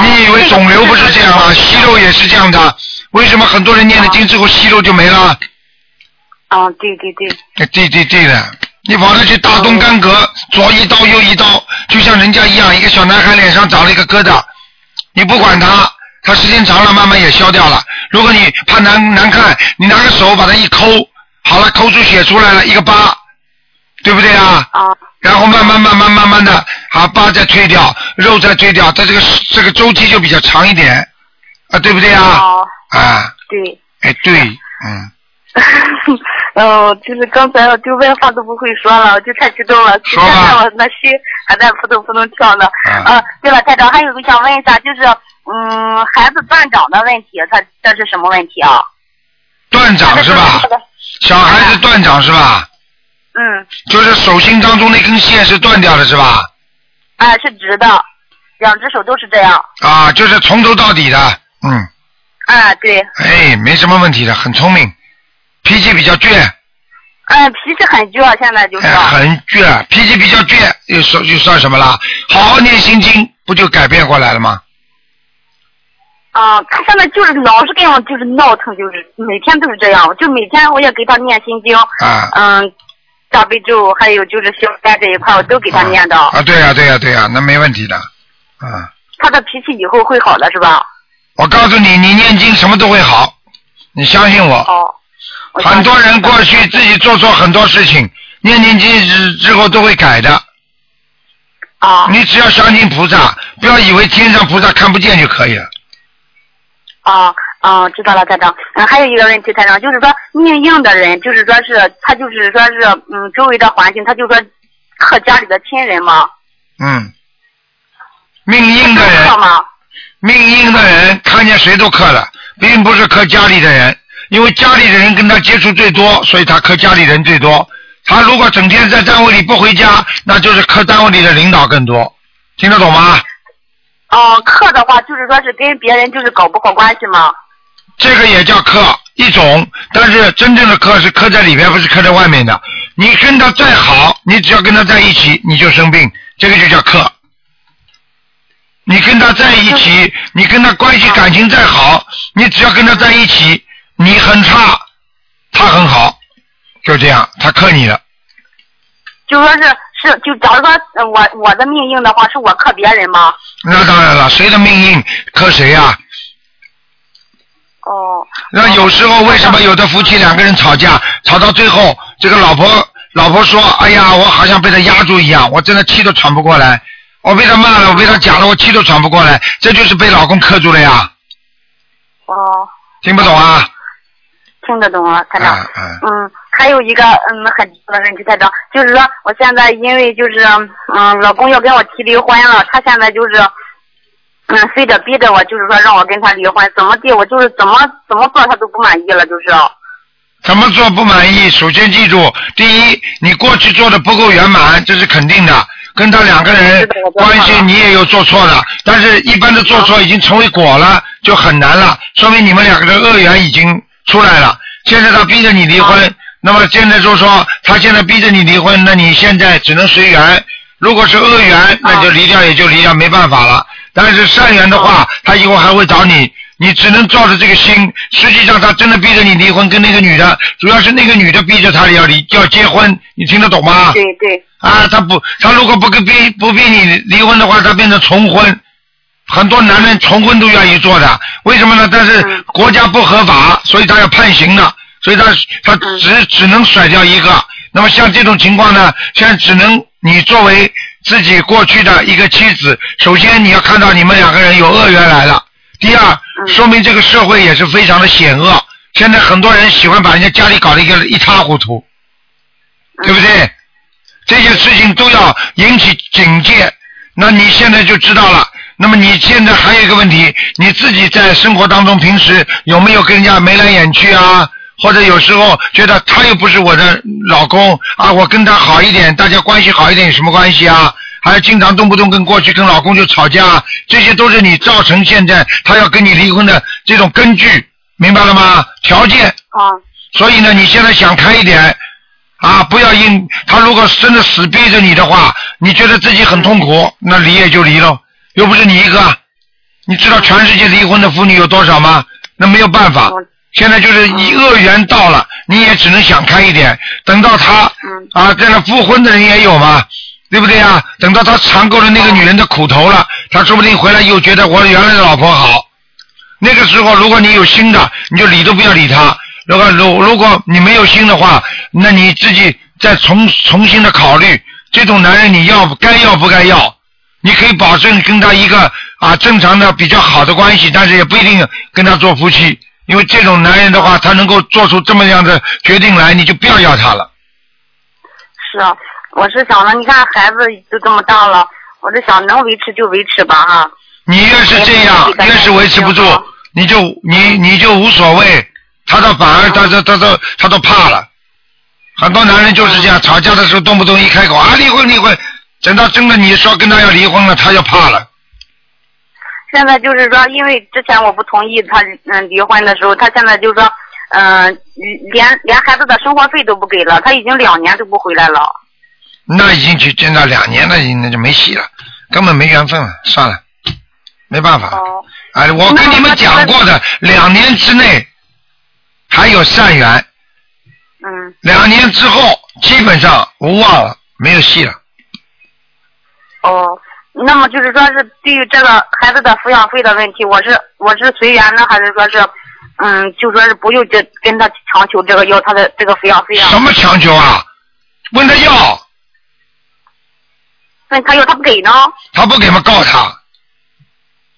你以为肿瘤啊不是这样啊？息肉也是这样的，为什么很多人念了经之后息肉就没了？
啊，对对对，
哎对对对的，你跑那去大动干戈，左一刀右一刀，就像人家一样，一个小男孩脸上长了一个疙瘩，你不管他，他时间长了慢慢也消掉了。如果你怕难难看，你拿个手把它一抠，好了，抠出血出来了一个疤，对不对啊？
啊。
然后慢慢慢慢慢慢的，啊，疤再退掉，肉再退掉，它这个这个周期就比较长一点，啊，对不对啊？
哦，
啊，
对，
哎，对，嗯。
哦，就是刚才我就外话都不会说了，我就太激动了，现在我 那心还在扑通扑通跳呢。
啊
啊，对了，台长，还有个想问一下，就是嗯，孩子断掌的问题，他这是什么问题啊？
断掌是吧？小孩子断掌是吧？
嗯，
就是手心当中那根线是断掉的是吧？
哎，是直的，两只手都是这样。
啊，就是从头到底的，嗯，
哎，对，
哎，没什么问题的，很聪明，脾气比较倔，
哎，脾气很倔，现在就是。
哎，很倔，脾气比较倔，又算又算什么啦？好好念心经，不就改变过来了吗？
啊、他现在就是老是跟我就是闹腾，就是每天都是这样，就每天我也给他念心经，
啊
嗯，大悲咒，还有就是消灾这一块，我都给他念的。
啊，对呀、对呀、对呀、那没问题的，啊，
他的脾气以后会好的是吧？
我告诉你，你念经什么都会好，你相信我。
哦。
很多人过去自己做错很多事情，念念经之之后都会改的。
啊。
你只要相信菩萨，不要以为天上菩萨看不见就可以了。
啊啊，知道了，台长。嗯，还有一个问题，台长，就是说命硬的人，就是说是他就是说是嗯，周围的环境，他就说克家里的亲人嘛，
嗯。命硬的人
克，吗？
命硬的人看见谁都克了，并不是克家里的人，因为家里的人跟他接触最多，所以他克家里人最多。他如果整天在单位里不回家，那就是克单位里的领导更多。听得懂吗？
哦、克的话就是说是跟别人就是搞不好关系嘛。
这个也叫克一种，但是真正的克是克在里边，不是克在外面的。你跟他再好，你只要跟他在一起，你就生病，这个就叫克。你跟他在一起，你跟他关系感情再好，你只要跟他在一起，你很差，他很好，就这样，他克你了。
就说是是，就假如说呃我我的命硬的话，是我克别人吗？
那当然了，谁的命硬克谁呀、
哦。
那有时候为什么有的夫妻两个人吵架，吵到最后，这个老婆老婆说：“哎呀，我好像被他压住一样，我真的气都喘不过来，我被他骂了，我被他讲了，我气都喘不过来。”这就是被老公克住了呀，
哦，
听不懂啊？
听得懂啊，台长。
嗯嗯
嗯，还有一个嗯很重要的问题，台长，就是说我现在因为就是嗯，老公要跟我提离婚了，他现在就是嗯非得逼着我，就是说让我跟他离婚，怎么地，我就是怎么怎么做他都不满意了，就是。
怎么做不满意？首先记住，第一，你过去做的不够圆满，这是肯定的。跟他两个人关系你也有做错的，但是一般的做错已经成为果了，就很难了，说明你们两个的恶缘已经出来了。现在他逼着你离婚，那么现在就说他现在逼着你离婚，那你现在只能随缘。如果是恶缘，那就离掉也就离掉，没办法了。但是善缘的话，他以后还会找你，你只能照着这个心。实际上，他真的逼着你离婚，跟那个女的，主要是那个女的逼着他要离要结婚，你听得懂吗？
对对，
啊，他不，他如果不跟逼不逼你离婚的话，他变成重婚。很多男人重婚都愿意做的，为什么呢？但是国家不合法，所以他要判刑的，所以他他只只能甩掉一个。那么像这种情况呢，现在只能你作为自己过去的一个妻子，首先你要看到你们两个人有恶缘来了，第二，说明这个社会也是非常的险恶。现在很多人喜欢把人家家里搞得一个一塌糊涂，对不对？这些事情都要引起警戒。那你现在就知道了。那么你现在还有一个问题，你自己在生活当中平时有没有跟人家眉来眼去啊？或者有时候觉得他又不是我的老公啊，我跟他好一点，大家关系好一点有什么关系啊？还经常动不动跟过去跟老公就吵架，这些都是你造成现在他要跟你离婚的这种根据，明白了吗？条件。
啊。
所以呢，你现在想开一点，啊，不要硬。他如果真的死逼着你的话，你觉得自己很痛苦，那离也就离喽，又不是你一个。你知道全世界离婚的妇女有多少吗？那没有办法，现在就是以恶缘到了，你也只能想开一点。等到他啊，这样复婚的人也有嘛，对不对啊？等到他尝够了那个女人的苦头了，他说不定回来又觉得我原来的老婆好。那个时候，如果你有心的，你就理都不要理他；如果如如果你没有心的话，那你自己再重重新的考虑，这种男人你要该要不该要？你可以保证跟他一个啊正常的比较好的关系，但是也不一定跟他做夫妻，因为这种男人的话，他能够做出这么样的决定来，你就不要要他了。
是啊，我是想着，你看孩子都这么大了，我是想能维持就维持吧哈。
你越是这样，越是维持不住，你就你你就无所谓，他倒反而他他他都他都怕了。很多男人就是这样，吵架的时候动不动一开口啊离婚离婚，等到真的你说跟他要离婚了，他就怕了。
现在就是说，因为之前我不同意他嗯离婚的时候，他现在就说嗯、连连孩子的生活费都不给了，他已经两年都不回来了。
那已经去见到两年了，那就没戏了，根本没缘分了，算了，没办法。哎，我跟你们讲过的，两年之内还有善缘。嗯。两年之后，基本上无望了，没有戏了。
哦，那么就是说是对于这个孩子的抚养费的问题，我是我是随缘呢，还是说是，嗯，就说是不用这跟他强求这个要他的这个抚养费啊？
什么强求啊？问他要，
那他要他不给呢？
他不给嘛，告他。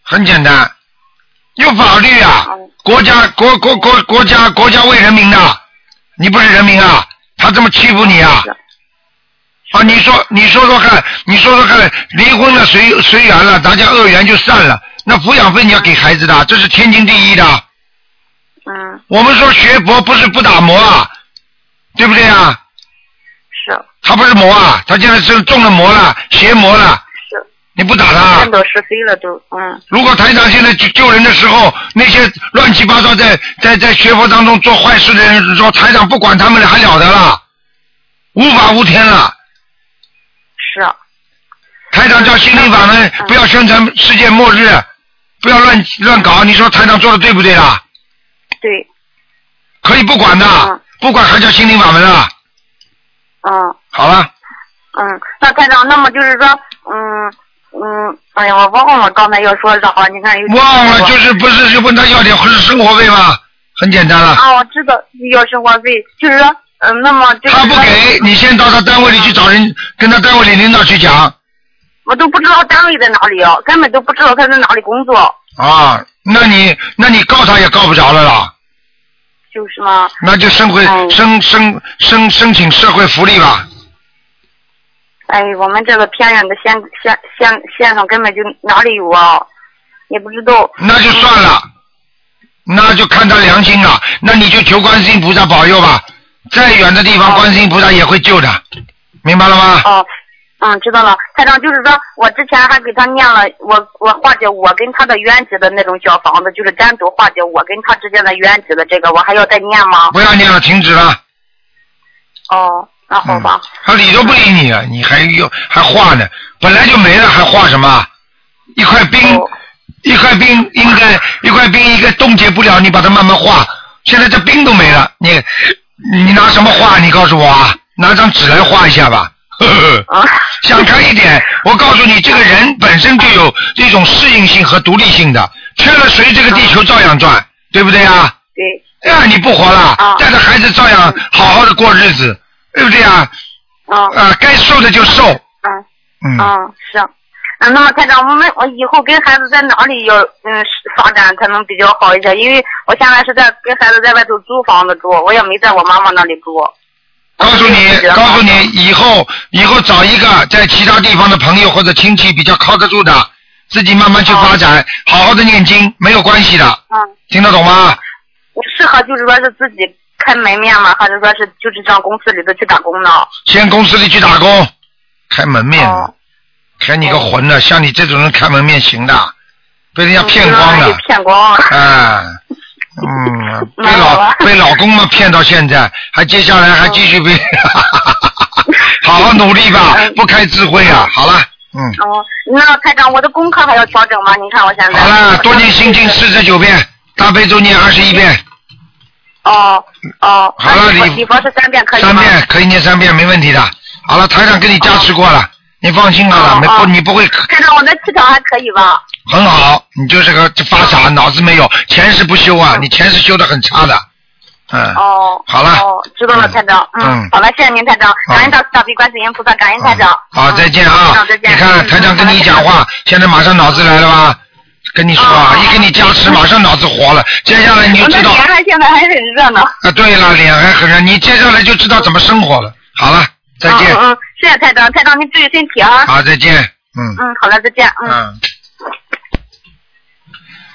很简单，有法律啊，国家国国国国家国家为人民的，你不是人民啊，他这么欺负你啊？啊，你说你说说看，你说说看，离婚了随随缘了，大家恶缘就散了，那抚养费你要给孩子的，这是天经地义的。
嗯。
我们说学佛不是不打磨啊，对不对啊？
是。
他不是魔啊，他现在是中了魔了，邪魔了。
是。
你不打他啊
三嗯到十岁了都，嗯。
如果台长现在救救人的时候，那些乱七八糟在在在学佛当中做坏事的人说台长不管他们了，还了得了，无法无天了。
是嗯啊。
台长叫心灵法门不要宣传世界末日，不要乱乱搞，你说台长做的对不对啦？
对，
可以不管的，不管还叫心灵法门啊？
嗯
好了，
嗯，那台长，那么就是说，嗯嗯，哎呀，我忘了刚才要说啥，你看又
忘了就是不是就问他要点生活费吗？很简单了。
啊，我知道要生活费，就是说，嗯，那么就是他不
给你先到他单位里去找人，跟他单位里领导去讲
我都不知道单位在哪里啊，根本都不知道他在哪里工作，
啊，那你那你告他也告不着了啦。
就是嘛。
那就申回申申申申请社会福利吧。
哎，我们这个偏远的县县县县上根本就哪里有啊，也不知道。嗯
那就算了，那就看他良心了。那你就求观世音菩萨保佑吧，再远的地方观世音菩萨也会救的，明白了吗？
哦，嗯，知道了。台长就是说，我之前还给他念了，我我化解我跟他的冤结的那种小房子，就是单独化解我跟他之间的冤结的这个，我还要再念吗？
不要念了，停止了。
哦，那好吧。
他理都不理你啊了，你还又还画呢，本来就没了，还画什么？一块冰，
哦
一块冰应该一块冰应该冻结不了，你把它慢慢画。现在这冰都没了，你你拿什么画？你告诉我啊，拿张纸来画一下吧。呵呵 想开一点，我告诉你，这个人本身就有一种适应性和独立性的，缺了谁，这个地球照样转，对不对啊？对。哎呀，你不活了，带着孩子照样好好的过日子，对不对啊？
啊、
啊，该瘦的就瘦，嗯
嗯，是。嗯，那么台长，我们我以后跟孩子在哪里要嗯是发展才能比较好一些？因为我现在是在跟孩子在外头租房子住，我也没在我妈妈那里住。
告诉你，告诉你，以后以后找一个在其他地方的朋友或者亲戚比较靠得住的，自己慢慢去发展，好好的念经没有关系的，
嗯，
听得懂吗？
我适合就是说是自己开门面嘛，还是说是就是上公司里头去打工呢？
先公司里去打工，开门面，开你个魂的，像你这种人开门面行的，被人家骗光
嗯
了
被，骗光了。
啊， 嗯，被老被老公们骗到现在，还接下来还继续被， 好好努力吧，不开智慧啊，好了，嗯，
哦，那台长，我的功课还要调整吗？你看我现在。
好了，啊多念心经四十九遍，大悲咒念二十一遍，
哦哦。
好了
那我
你
礼佛是三遍可以吗？
三遍可以念三遍没问题的。好了，台长给你加持过了，你放心好了，没不你不会
台长，我的气场还可以吧？
很好，你就是个发傻，脑子没有，前世不修啊，你前世修的很差的，嗯，
哦。
好了
哦，知道了，台长。
嗯
好了，谢谢您，台长。感恩大慈大悲观世音菩萨，感恩台长。
好，再见
嗯台
啊
长再！
你
见。
看台长跟你讲话，现在马上脑子来了吧？跟你说啊，一给你加持，马上脑子活了，接下来你就知道
我的哦脸还现在还很热闹。
啊，对了，脸还很热，你接下来就知道怎么生活了。好了，再见，
嗯嗯，谢谢台长，台长您注意身体啊。
好，再见，嗯。
嗯，好了，再见。嗯。
嗯，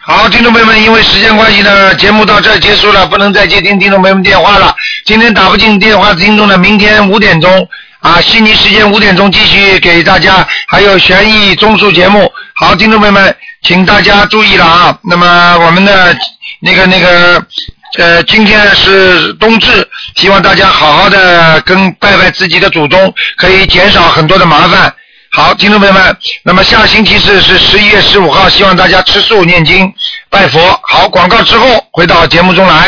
好，听众朋友们，因为时间关系呢，节目到这儿结束了，不能再接听听众朋友们电话了。今天打不进电话的听众呢，明天五点钟啊，悉尼时间五点钟继续给大家还有悬疑综述节目。好，听众朋友们，请大家注意了啊。那么我们的那个那个呃，今天是冬至，希望大家好好的跟拜拜自己的祖宗，可以减少很多的麻烦。好，听众朋友们，那么下星期四是十一月十五号，希望大家吃素、念经、拜佛。好，广告之后回到节目中来。